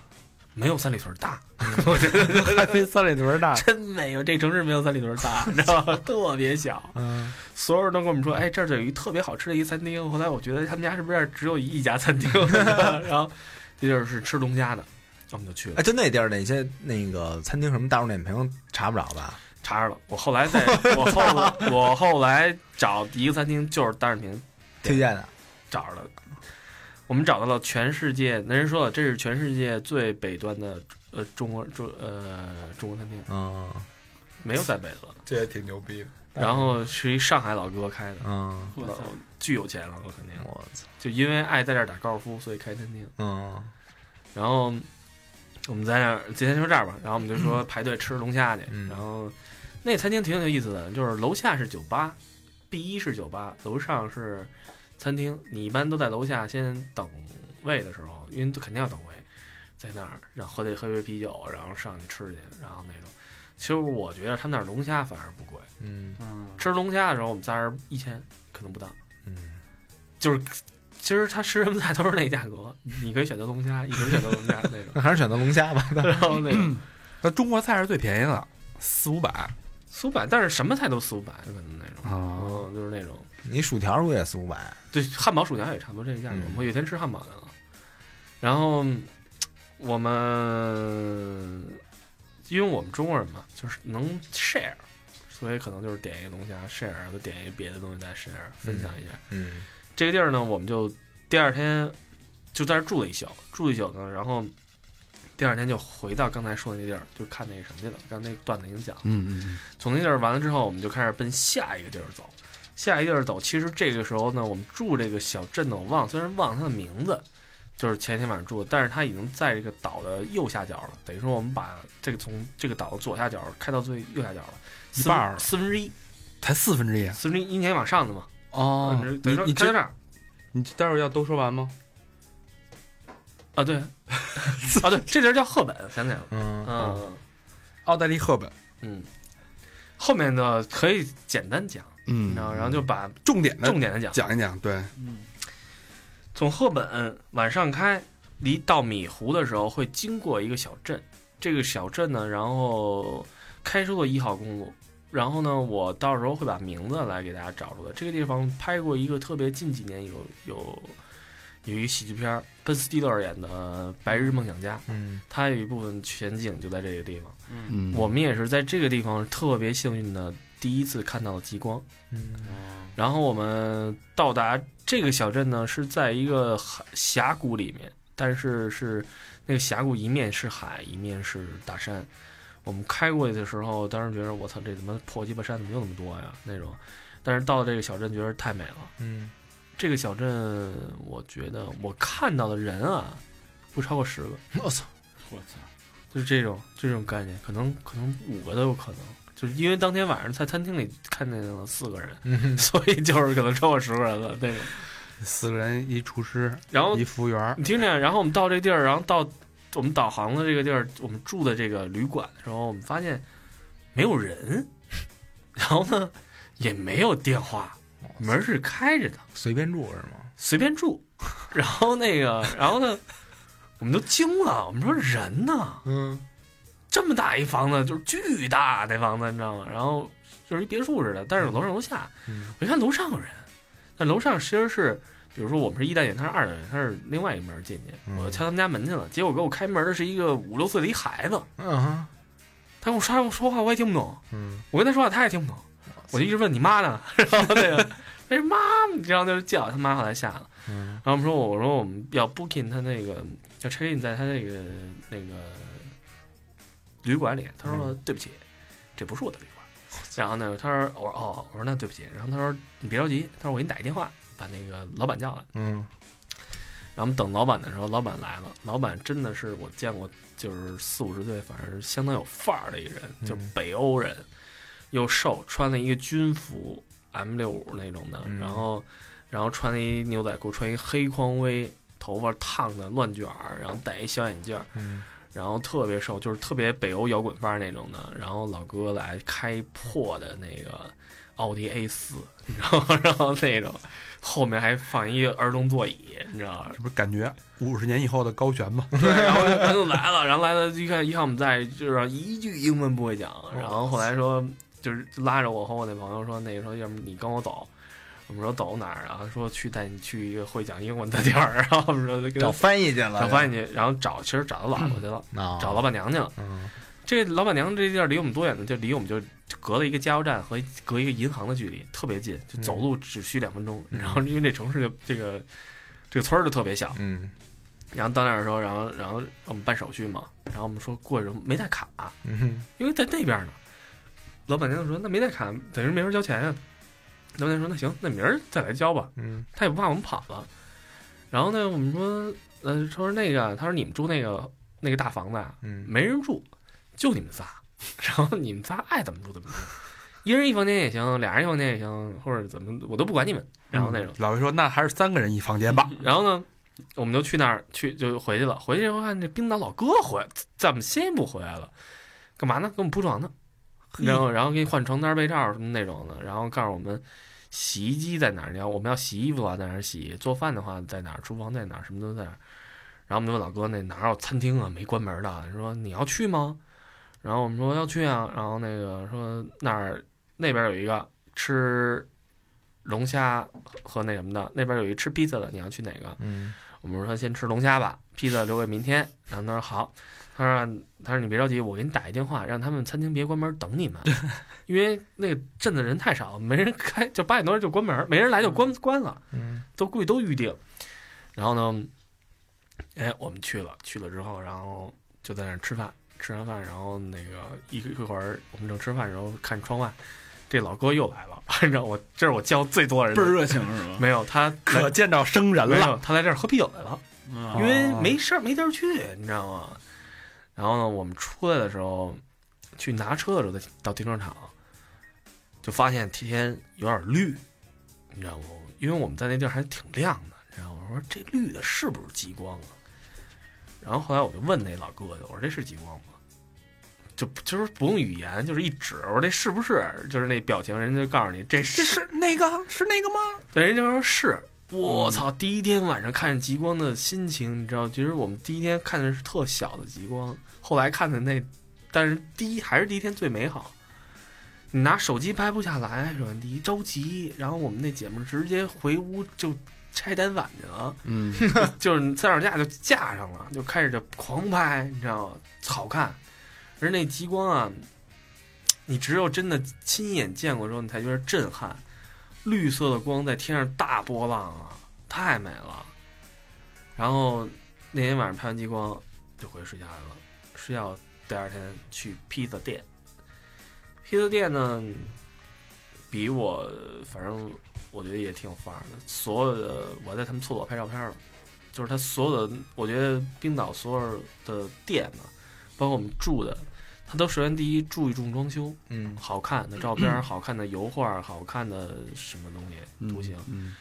没有三里屯大，我觉得还飞三里屯 大，真没有，这城市没有三里屯大，你知道吗？特别小，嗯，所有人都跟我们说，哎，这儿有一特别好吃的一餐厅。后来我觉得他们家是不是只有一家餐厅？ 然后这地儿是吃龙虾的，我们就去了，哎，就那地儿那些那个餐厅什么大众点评查不着吧？查着了。我后来在，我后我后来找一个餐厅，就是单人平推荐的，找着了。我们找到了全世界，那人说了，这是全世界最北端的呃中国中呃中国餐厅，嗯，没有再北了。这也挺牛逼的。然后是一上海老哥开的，嗯，我操，巨有钱了，我肯定我操，就因为爱在这儿打高尔夫，所以开餐厅。嗯然后我们在那儿，今天就这儿吧。然后我们就说排队吃龙虾去。嗯然后那餐厅挺有意思的，就是楼下是酒吧，B 一是酒吧，楼上是餐厅。你一般都在楼下先等位的时候，因为肯定要等位，在那儿然后喝点喝杯啤酒，然后上去吃去，然后那种。其实我觉得他们那儿龙虾反而不贵，嗯嗯，吃龙虾的时候我们仨人一千可能不到，嗯，就是其实它吃什么菜都是那价格，你可以选择龙虾，也可以选择龙虾那种。那还是选择龙虾吧。那然后那个那中国菜是最便宜的，四五百啊、苏板，但是什么菜都苏板，可能那种，嗯，就是那种。你薯条不也四五百？对，汉堡、薯条也差不多这个价格。嗯我有一天吃汉堡去了，然后嗯我们因为我们中国人嘛，就是能 share，所以可能就是点一个龙虾 share，然后点一别的东西再 share，分享一下。嗯这个地儿呢，我们就第二天就在这儿住了一宿，住了一宿呢，然后第二天就回到刚才说的那地儿，就看那个什么去了。刚才那段子已经讲了。嗯嗯，从那地儿完了之后，我们就开始奔下一个地儿走。下一个地儿走，其实这个时候呢，我们住这个小镇呢，我忘了，虽然忘了它的名字，就是前一天晚上住的，但是它已经在这个岛的右下角了。等于说，我们把这个从这个岛的左下角开到最右下角了，一半儿四分之一，才四分之一四分之一，你得往上的嘛。哦嗯等你于说你开到这这儿你待会儿要都说完吗？啊，对，啊对，这地儿叫赫本，想起来了，嗯，嗯奥黛丽赫本，嗯，后面的可以简单讲，嗯然后然后就把重点的重点的讲。讲一讲，对，嗯，从赫本往上开，离到米湖的时候会经过一个小镇，这个小镇呢，然后开出了一号公路。然后呢，我到时候会把名字来给大家找出来。这个地方拍过一个特别近几年有有有一个喜剧片儿，奔斯蒂勒演的呃《白日梦想家》，嗯他有一部分全景就在这个地方。嗯我们也是在这个地方特别幸运的，第一次看到了极光。嗯然后我们到达这个小镇呢，是在一个海峡谷里面，但是是那个峡谷一面是海，一面是大山。我们开过去的时候，当时觉得我操，这他妈破鸡巴山怎么有那么多呀那种。但是到了这个小镇，觉得太美了。嗯这个小镇，我觉得我看到的人啊，不超过十个，我操，我操，就是这种这种概念，可能可能五个都有可能。就是因为当天晚上在餐厅里看见了四个人，嗯所以就是可能超过十个人了那种。四个人一厨师，然后一服务员，你听啊听，然后我们到这地儿，然后到我们导航的这个地儿，我们住的这个旅馆的时候，我们发现没有人， 然后呢也没有电话，门是开着的，随便住是吗？随便住。 然后那个，然后呢，我们都惊了，我们说人呢？嗯这么大一房子，就是巨大那房子，你知道吗？然后就是一别墅似的，但是有楼上楼下。嗯我一看楼上有人，但楼上其实是，比如说我们是一单元，他是二单元，他是另外一门进去，嗯我敲他们家门去了，结果给我开门的是一个五六岁的一孩子，嗯他跟我说他跟我说话我也听不懂，嗯我跟他说话他也听不懂，我就一直问你 妈呢，然后那个他说妈，你知道就是叫他妈后来下了，嗯然后我们说我说我们要 booking 他那个要 check in 在他那个那个旅馆里，他说、嗯对不起，这不是我的旅馆。然后呢，他说我说哦，我说那对不起。然后他说你别着急，他说我给你打一电话，把那个老板叫来。嗯然后我们等老板的时候，老板来了。老板真的是我见过，就是四五十岁，反正相当有范儿的一人，嗯就是北欧人，又瘦，穿了一个军服 M 六五那种的，嗯然后然后穿了一牛仔裤，穿一黑匡威，头发烫的乱卷儿，然后戴一小眼镜儿，嗯然后特别瘦，就是特别北欧摇滚范儿那种的。然后老哥来开破的那个奥迪 A 四，你知道吗？然后那种后面还放一个儿童座椅，你知道吗？这不是感觉五十年以后的高悬吗？对，然后他就来了，然后来了一看一看我们在，就是一句英文不会讲，然后后来说就是拉着我和我那朋友说，那个说要不你跟我走。我们说走哪儿啊？说去带你去一个会讲英文的地儿，然后我们说给找他翻译去了，找翻译去，然后找其实找他老婆去了，啊，找老板娘去了。嗯这老板娘这地儿离我们多远呢？就离我们就隔了一个加油站和一隔一个银行的距离，特别近，就走路只需两分钟。嗯然后因为这城市就这个这个村儿就特别小，嗯然后到那儿的时候，然后然后我们办手续嘛，然后我们说过去的时候没带卡、嗯因为在那边呢。老板娘就说那没带卡，等于没人交钱呀、老板娘说那行，那明儿再来交吧，嗯他也不怕我们跑了。然后呢，我们说，呃，他说那个，他说你们住那个那个大房子啊，嗯没人住，就你们仨， 然后你们仨爱怎么住怎么住，一人一房间也行，俩人一房间也行，或者怎么我都不管你们。嗯然后那种，老魏说那还是三个人一房间 吧，然后呢，我们就去那儿去就回去了。回去以后看这冰岛老哥回，怎么先不回来了？干嘛呢？给我们铺床呢，然后然后给你换床单被罩什么那种的，然后告诉我们洗衣机在哪儿，你要我们要洗衣服啊，在哪儿洗？做饭的话在哪儿？厨房在哪儿？什么都在哪儿。然后我们就问老哥，那哪有餐厅啊？没关门的。说你要去吗？然后我们说要去啊。然后那个说那儿那边有一个吃龙虾和那什么的，那边有一吃披萨的，你要去哪个？嗯，我们说先吃龙虾吧，披萨留给明天。然后他说好，他说他说你别着急，我给你打一电话，让他们餐厅别关门等你 们，因为那个镇子人太少，没人开，就八点多就关门，没人来就关关了，嗯，都估计都预定。然后呢，哎，我们去了，去了之后，然后就在那儿吃饭，吃完饭，然后那个一一会儿我们正吃饭的时候看窗外，这老哥又来了， 让我这是我教最多的人倍了，儿热情是吗？没有他来啊可见着生人没了。哦有他来这儿喝啤酒来了。因嗯，为没事儿没地儿去，你知道吗？然后呢，我们出来的时候，去拿车的时候，在到停车场，就发现天有点绿，你知道吗？因为我们在那地儿还挺亮的，你知道吗？我说这绿的是不是极光啊？然后后来我就问那老哥哥，我说这是极光吗？就就是不用语言，就是一指，我说这是不是？就是那表情，人家就告诉你这是这是那个是那个吗？对，人家说是。我操！第一天晚上看见极光的心情，你知道，其实我们第一天看的是特小的极光，后来看的那，但是第一还是第一天最美好。你拿手机拍不下来，首先第一着急，然后我们那姐们儿直接回屋就拆单反去了，嗯， 就是三脚架就架上了，就开始就狂拍，你知道吗？好看，而那极光啊，你只有真的亲眼见过之后，你才觉得震撼。绿色的光在天上大波浪啊，太美了。然后那天晚上拍完极光就回睡觉去了，睡觉第二天去披萨店。披萨店呢，比我反正我觉得也挺有范儿的。所有的我在他们厕所拍照片了。就是它所有的，我觉得冰岛所有的店呢，包括我们住的，它都首先第一注意重装修，嗯，好看的照片、好看的油画、好看的什么东西图形。嗯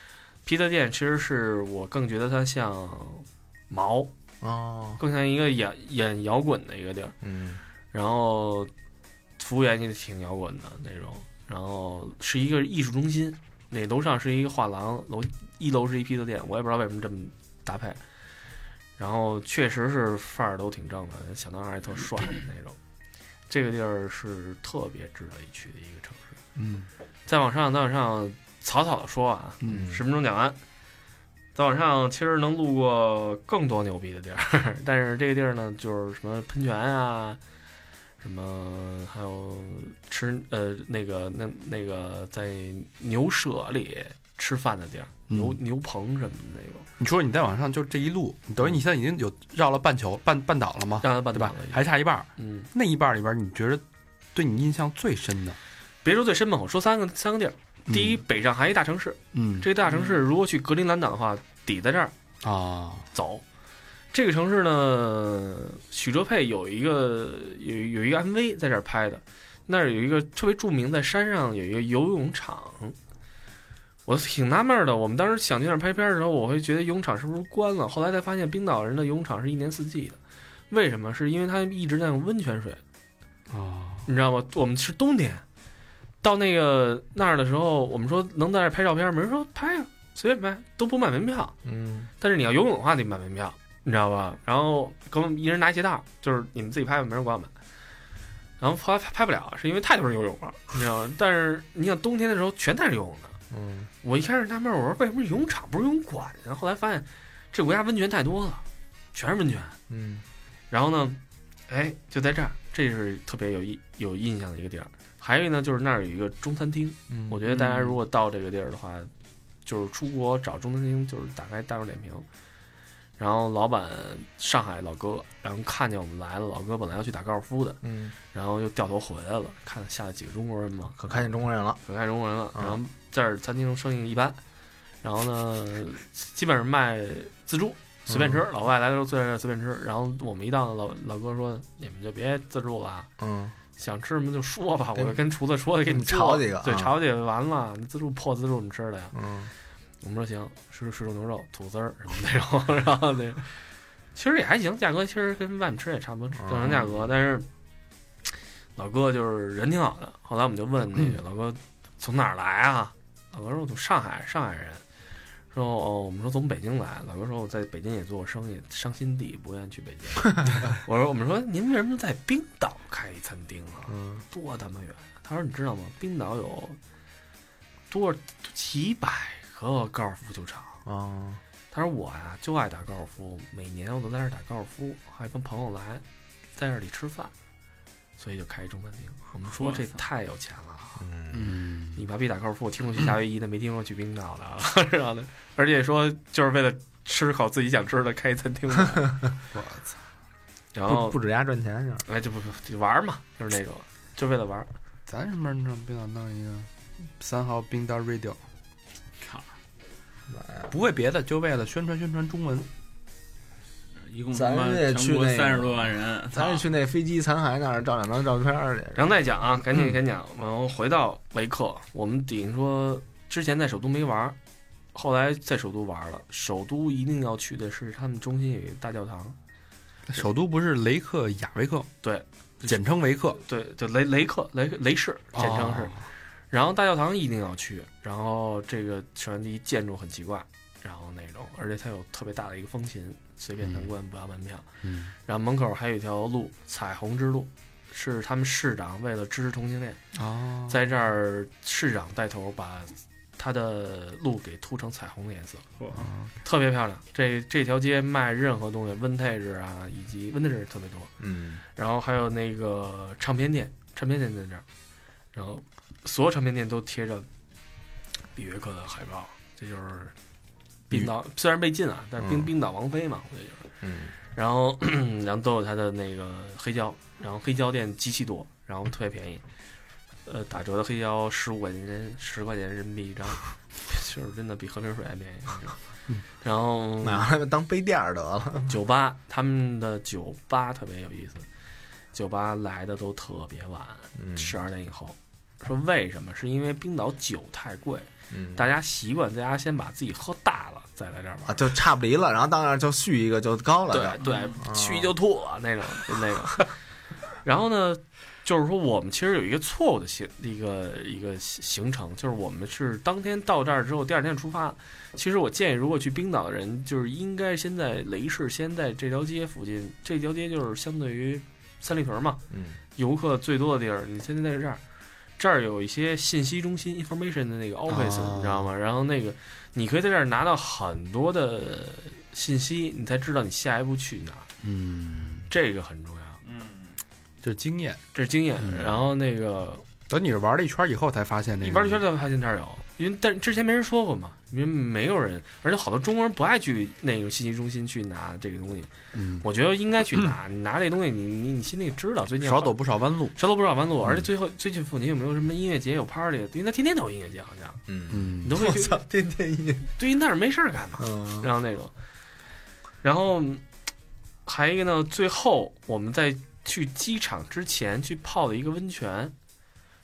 披萨店其实是我更觉得它像毛，哦，更像一个演演摇滚的一个地儿，嗯，然后服务员也挺摇滚的那种，然后是一个艺术中心，那楼上是一个画廊，楼一楼是一披萨店，我也不知道为什么这么搭配。然后确实是范儿都挺正的，小男孩儿特帅的那种。这个地儿是特别值得一去的一个城市。嗯再往上，再往上，草草的说啊，嗯十分钟讲完。再往上，其实能路过更多牛逼的地儿，但是这个地儿呢，就是什么喷泉啊，什么还有吃呃那个那那个在牛舍里吃饭的地儿，牛嗯牛棚什么的那种，你说你再往上就这一路，你等于你现在已经有绕了半球半半岛了吗？让他把对吧？还差一半儿，嗯，那一半儿里边儿你觉得对你印象最深的？别说最深吧，我说三个三个地儿。第一，北上还一大城市，嗯，这个大城市如果去格陵兰岛的话，抵在这儿嗯啊，走。这个城市呢，许哲佩有一个有有一个 MV 在这儿拍的，那儿有一个特别著名，在山上有一个游泳场。我挺纳闷的，我们当时想去那儿拍片儿的时候，我会觉得游泳场是不是关了？后来才发现，冰岛人的游泳场是一年四季的。为什么？是因为他一直在用温泉水。哦，你知道吗？我们是冬天，到那个那儿的时候，我们说能在那儿拍照片，没人说拍啊，随便拍，都不卖门票。嗯，但是你要游泳的话，得买门票，你知道吧？然后给我们一人拿一鞋带儿，就是你们自己拍吧，没人管我们。然后后来拍拍不了，是因为太多人游泳了，你知道吗？但是你想冬天的时候，全在这游泳呢。嗯，我一开始纳闷儿，我说为什么游泳场不是游泳馆呢？后来发现这国家温泉太多了，全是温泉。嗯，然后呢，哎，就在这儿，这是特别有印有印象的一个地儿。还有一呢，就是那儿有一个中餐厅，嗯，我觉得大家如果到这个地儿的话，就是出国找中餐厅，就是打开大众点评。然后老板上海老哥，然后看见我们来了，老哥本来要去打高尔夫的，嗯，然后又掉头回来了，看下来几个中国人嘛，可看见中国人了，可看中国人了。嗯然后这儿餐厅生意一般，然后呢，基本上卖自助，随便吃。老外来的时候最爱随便吃。然后我们一到，老老哥说：“你们就别自助了，嗯，想吃什么就说吧，我对就跟厨子说，给给你你做炒几个对，啊炒几个完了，你自助破自助怎么吃的呀？嗯，我们说行，吃水煮牛肉、土丝儿什么那种， 然后那其实也还行，价格其实跟外面吃也差不多，正常价格。但是老哥就是人挺好的，后来我们就问那个老哥从哪儿来啊？老哥说我从上海，上海人。说哦，我们说从北京来，老哥说我在北京也做过生意，伤心地不愿意去北京。我说我们说您为什么在冰岛开一餐厅啊？嗯，多他妈远！啊他说：“你知道吗？冰岛有多少几百个高尔夫球场？”啊，他说：“我呀、就爱打高尔夫，每年我都在这儿打高尔夫，还跟朋友来在这里吃饭，所以就开一中餐厅。”我们说哇这塞太有钱了啊！嗯，嗯，你爸比打高尔夫，我听过去夏威夷的，没听过去冰岛的啊， 然后呢，而且说就是为了吃口自己想吃的开一餐厅的， 我操！然不后不止牙赚钱是吧？哎，就不不就玩儿嘛，就是那种，就为了玩儿。咱什么时候能冰岛弄一个三号冰岛 radio？操，不为别的，就为了宣传宣传中文。一共他咱妈也去全国那个三十多万人，咱操是去那飞机残骸那儿照两张照片儿去。然后再讲啊，赶嗯紧赶紧讲，然后回到维克，我们顶说之前在首都没玩儿，后来在首都玩儿了。首都一定要去的是他们中心有一个大教堂，首都不是雷克雅维克，对，简称维克，对，就雷雷克雷雷士，简称是。哦然后大教堂一定要去，然后这个首先第一建筑很奇怪，然后那种，而且它有特别大的一个风琴，随便参观不要门票。嗯，然后门口还有一条路，彩虹之路，是他们市长为了支持同性恋。哦，在这儿，市长带头把他的路给涂成彩虹的颜色，特别漂亮。这这条街卖任何东西，vintage 啊，以及 vintage 特别多。嗯，然后还有那个唱片店，唱片店在这儿，然后所有唱片店都贴着比约克的海报，这就是冰岛，虽然被禁啊，但是冰、嗯冰岛王妃嘛，我觉得就是。嗯，然后 然后都有它的那个黑胶，然后黑胶店极其多，然后特别便宜，呃，打折的黑胶十五块钱十块钱人民币一张， 就是真的比喝瓶水还便宜。然后买回来当杯垫儿得了。酒吧，他们的酒吧特别有意思，酒吧来的都特别晚，嗯，十二点以后。说为什么？是因为冰岛酒太贵，嗯大家习惯在家先把自己喝大了，再来这儿玩啊，。就差不离了，然后到那儿就续一个就高了。对对，嗯去就吐了那种就那种。然后呢，就是说我们其实有一个错误的行一个一个行行程，就是我们是当天到这儿之后，第二天出发。其实我建议，如果去冰岛的人，就是应该先在雷士，先在这条街附近，这条街就是相对于三里屯嘛，嗯游客最多的地儿，你先在这儿。这儿有一些信息中心 information 的那个 office，、哦你知道吗？然后那个你可以在这儿拿到很多的信息，你才知道你下一步去哪儿。嗯，这个很重要，嗯，就是经验。这是经验。嗯然后那个等你玩了一圈以后，才发现那一个玩圈才发现这儿有，因为但之前没人说过嘛，因为没有人，而且好多中国人不爱去那个信息中心去拿这个东西。嗯，我觉得应该去 拿，你拿这东西你，你你心里知道最近少走嗯不少弯路。少走不少弯路，而且最后最近附近有没有什么音乐节有 party？因为他天天都有音乐节，好像嗯，你嗯都会我去，操，天天一，对于那儿没事儿干嘛，嗯然后那种，然后嗯还有一个呢，最后我们在去机场之前去泡的一个温泉，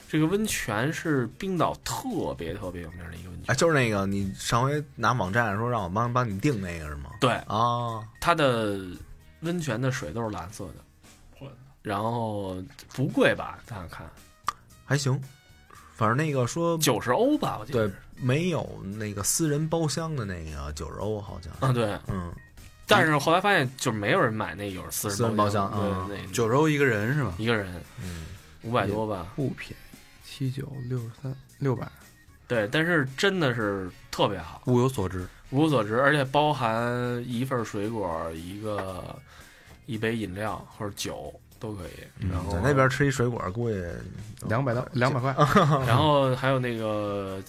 这个温泉是冰岛特别特别有名的一个温啊，泉，就是那个你上回拿网站说让我帮帮你订那个是吗？对，啊，它的温泉的水都是蓝色我的，然后不贵吧？想想看，还行，反正那个说九十欧吧，我记得对是。没有那个私人包厢的那个九十欧好像，啊，对，嗯，但是后来发现就没有人买那有私私人包包厢啊对，那九十欧一个人是吧？一个人嗯，五百多吧，不便宜，七九六十三六百，哦对，但是真的是特别好，物有所值。如无所值，而且包含一份水果、一个一杯饮料或者酒都可嗯以。然后哦在那边，吃一水果估计嗯两百刀，两百块，然后还有那个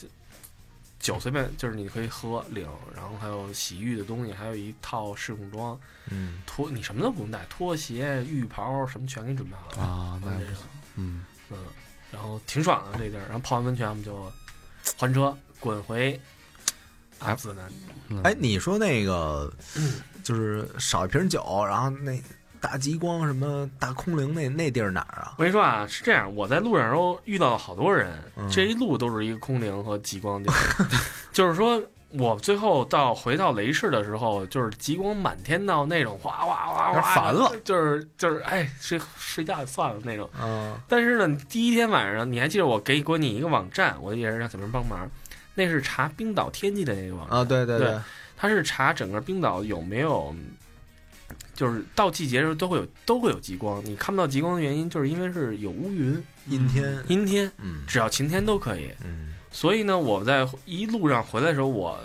酒随便就是你可以喝领，然后还有洗浴的东西，还有一套试用装，嗯，拖你什么都不用带，拖鞋、浴袍什么全给你准备好了啊那还不错。嗯，嗯，然后挺爽的这地儿，然后泡完温泉我们就还车滚哎回阿姆斯特丹。嗯哎，你说那个嗯就是少一瓶酒，然后那大极光什么大空灵那那地儿哪儿啊？我跟你说啊，是这样，我在路上时候遇到了好多人，嗯这一路都是一个空灵和极光地儿， 就是说。我最后到回到雷市的时候，就是极光满天到那种，哗哗有哗哗，点烦了，就是就是，哎，睡睡觉算了那种。嗯但是呢，你第一天晚上，你还记得我给过你一个网站，我也是让小明帮忙，那是查冰岛天气的那个嗯网站啊，对对对，它是查整个冰岛有没有，就是到季节的时候都会有都会有极光。你看不到极光的原因，就是因为是有乌云、阴天，阴天，嗯只要晴天都可以。嗯所以呢，我在一路上回来的时候，我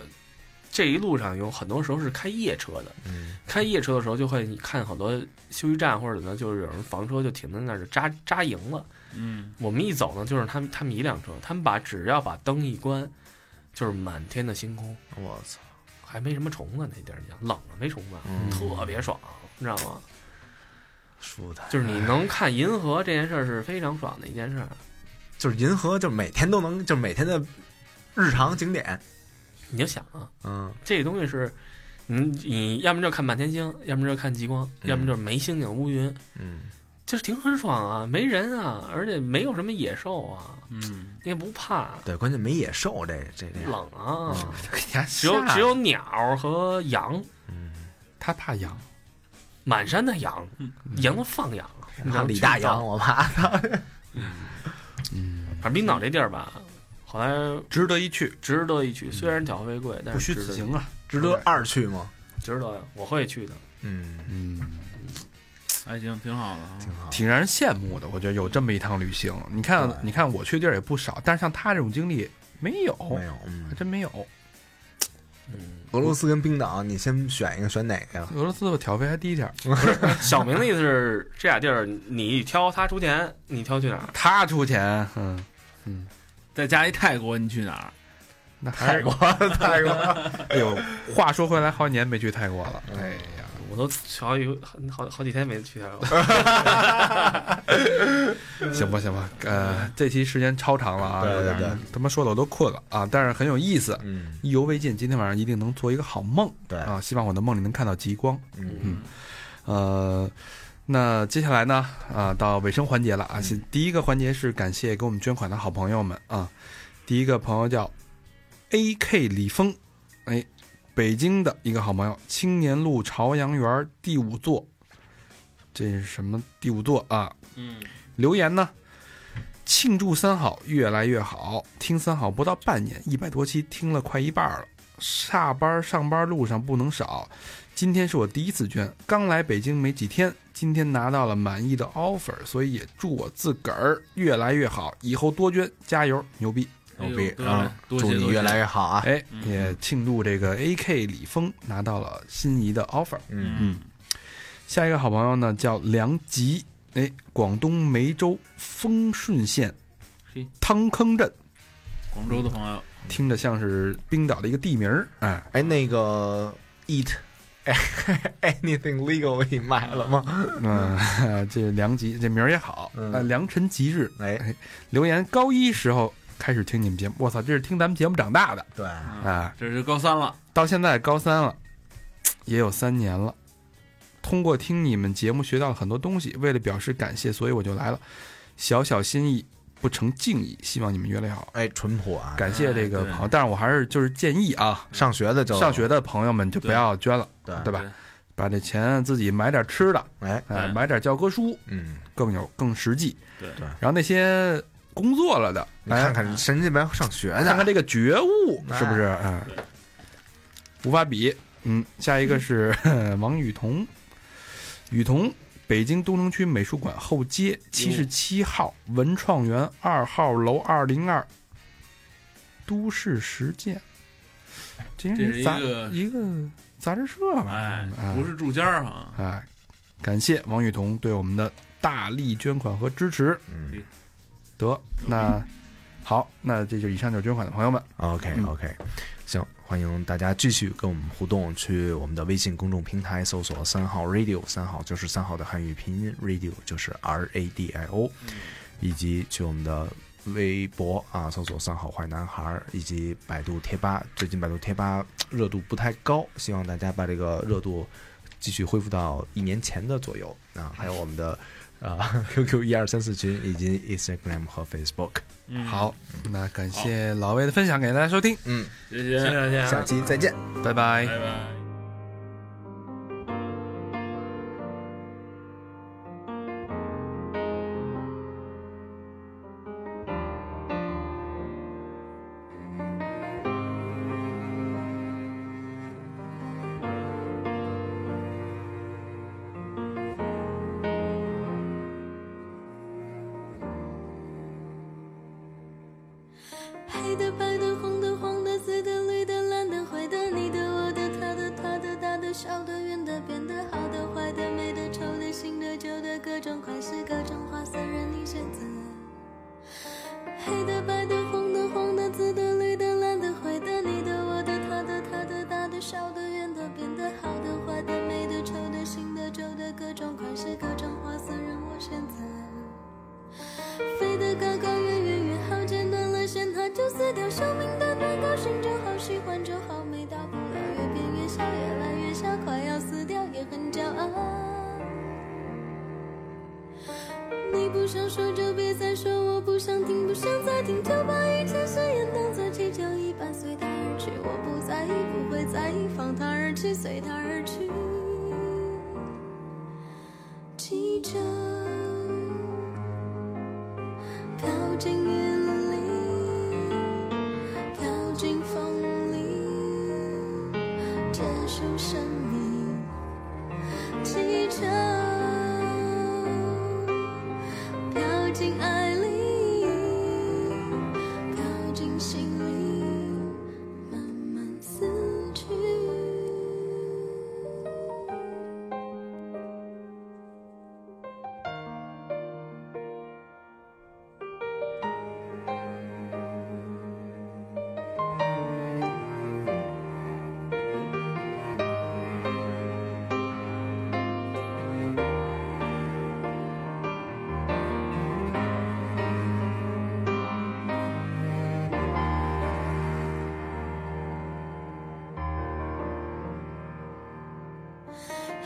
这一路上有很多时候是开夜车的。嗯开夜车的时候，就会你看好多休息站或者怎么样，就是有人房车就停在那儿就扎扎营了。嗯，我们一走呢，就是他们他们一辆车，他们把只要把灯一关，就是满天的星空，我操，还没什么虫子那地儿，冷了没虫子，嗯特别爽，你知道吗？舒服的，就是你能看银河这件事儿是非常爽的一件事儿。就是银河，就是每天都能，就是每天的日常景点，你就想啊，嗯这个东西是，你你要么就看满天星，要么就看极光，嗯要么就是没星星乌云，嗯就是挺很爽啊，没人啊，而且没有什么野兽啊，嗯，你也不怕，对，关键没野兽这这嗯嗯这，冷啊，只只有只有鸟儿和羊，嗯，他怕痒，满山的羊嗯，羊都放羊，嗯你然知道后吗李大洋，，我怕，嗯，反正冰岛这地儿吧，后来值得一去，值得一去，虽然挑费贵，但不虚嗯是值此得一去行啊！值得二去吗？值得呀，我会去的。嗯，嗯，哎，行，挺好的啊。挺好，挺让人羡慕的。我觉得有这么一趟旅行，你看对，你看我去地儿也不少，但是像他这种经历没有，没有，嗯还，真没有。嗯，俄罗斯跟冰岛，你先选一个，选哪个呀？俄罗斯的挑费还低点儿，小明的意思是，这俩地儿你挑，他出钱，你挑去哪儿？他出钱，嗯，再加一泰国，你去哪儿？那还是国，泰国，哎呦，话说回来，好几年没去泰国 了，哎呀，我都好几好好几天没去泰国了。行吧行吧，呃，这期时间超长了啊，对对有点儿对他妈说的我都困了啊，但是很有意思， 嗯，意犹未尽，今天晚上一定能做一个好梦对，啊，希望我的梦里能看到极光。嗯，呃，那接下来呢，啊，到尾声环节了啊，是第一个环节是感谢给我们捐款的好朋友们啊，第一个朋友叫 A K 李峰，哎，北京的一个好朋友，青年路朝阳园第五座，这是什么第五座啊？嗯，留言呢？庆祝三好越来越好，听三好不到半年，一百多期听了快一半了。下班上班路上不能少。今天是我第一次捐，刚来北京没几天，今天拿到了满意的 offer，所以也祝我自个儿越来越好，以后多捐，加油，牛逼！哎牛呦逼得嘞啊！多谢祝你越来越好啊！哎，嗯也庆祝这个 AK 李峰拿到了心仪的 offer。嗯，嗯下一个好朋友呢叫梁吉，哎，广东梅州丰顺县嘿汤坑镇，广州的朋友，听着像是冰岛的一个地名儿，哎，哎，那个 eat。Anything legal 你买了吗？嗯， 这梁吉这名儿也好，嗯呃，良辰吉日，哎，留言高一时候开始听你们节目，我操，这是听咱们节目长大的对，啊，这是高三了，到现在高三了，也有三年了。通过听你们节目学到了很多东西，为了表示感谢，所以我就来了。小小心意不成敬意，希望你们越来越好。哎，淳朴啊！感谢这个对朋友，但是我还是就是建议啊，上学的就上学的朋友们就不要捐了，啊对对吧？把这钱自己买点吃的，哎，哎，对买点教科书，嗯，更有更实际。对对然后那些工作了的，你哎看，看神经白上学看看的，这个觉悟啊哎是不是？哎，无法比。嗯，下一个 是王雨桐，雨桐，北京东城区美术馆后街七十七号文创园二号楼二零二，都市实践，这应该这是一杂个一个杂志社吧？哎，哎不是住家儿哈，哎，感谢王雨桐对我们的大力捐款和支持。嗯得，那好，那这就以上就是捐款的朋友们。 OK 嗯 OK，行，欢迎大家继续跟我们互动，去我们的微信公众平台搜索“三号 radio”，三号就是三号的汉语拼音，radio 就是 R A D I O，以及去我们的微博啊搜索“三好坏男孩儿”，以及百度贴吧。最近百度贴吧热度不太高，希望大家把这个热度继续恢复到一年前的左右啊。还有我们的啊 QQ 一二三四群，以及 Instagram 和 Facebook。嗯，好，那感谢老魏的分享，感谢大家收听，嗯，谢谢，谢谢下期再见。拜拜拜拜。 「喜欢就好，没大不了，越变越小，越来越小，快要死掉也很骄傲。你不想说就别再说，我不想听，不想再听，就把一切誓言当作气球一般随它而去。我不在意，不会在意，放它而去，随它而去。气球靠近云里，靠近风里，接受生命。气球飘进爱里，飘进心里，慢慢死去。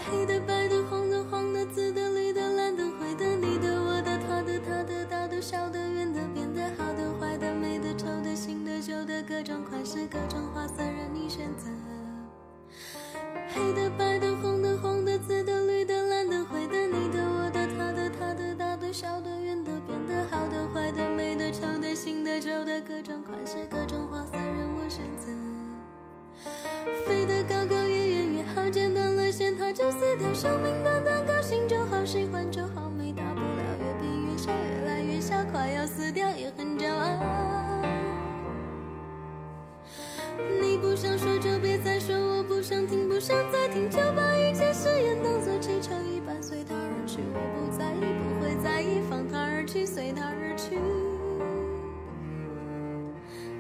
黑的、白的、黄的、黄的、紫的、绿的、蓝的、灰的、你的、我的、他的、她的、大的、小的、圆的、扁的、好的、坏的、美的、丑的、新的、旧的，各种款式、各种花色，任你选择。黑的、白的、红的、黄的、紫的、绿的、蓝的、灰的、你的、我的、他的、她的、大的、小的、圆的、扁的、好的、坏的、美的、丑的、新的、旧的，各种款式、各种花色，任我选择。飞得高高越远越好，剪断了线它就死掉。生命短短，高兴就好，喜欢就好，没大不了，越变越小，越来越小，快要死掉也很骄傲。你不想说就别再说，我不想听，不想再听，就把一切誓言当作气球一般随它而去。我不在意，不会在意，放它而去，随它而去。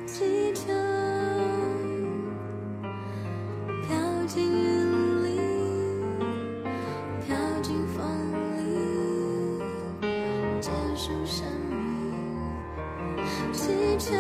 气球。飘进云里，飘进风里，结束生命。气球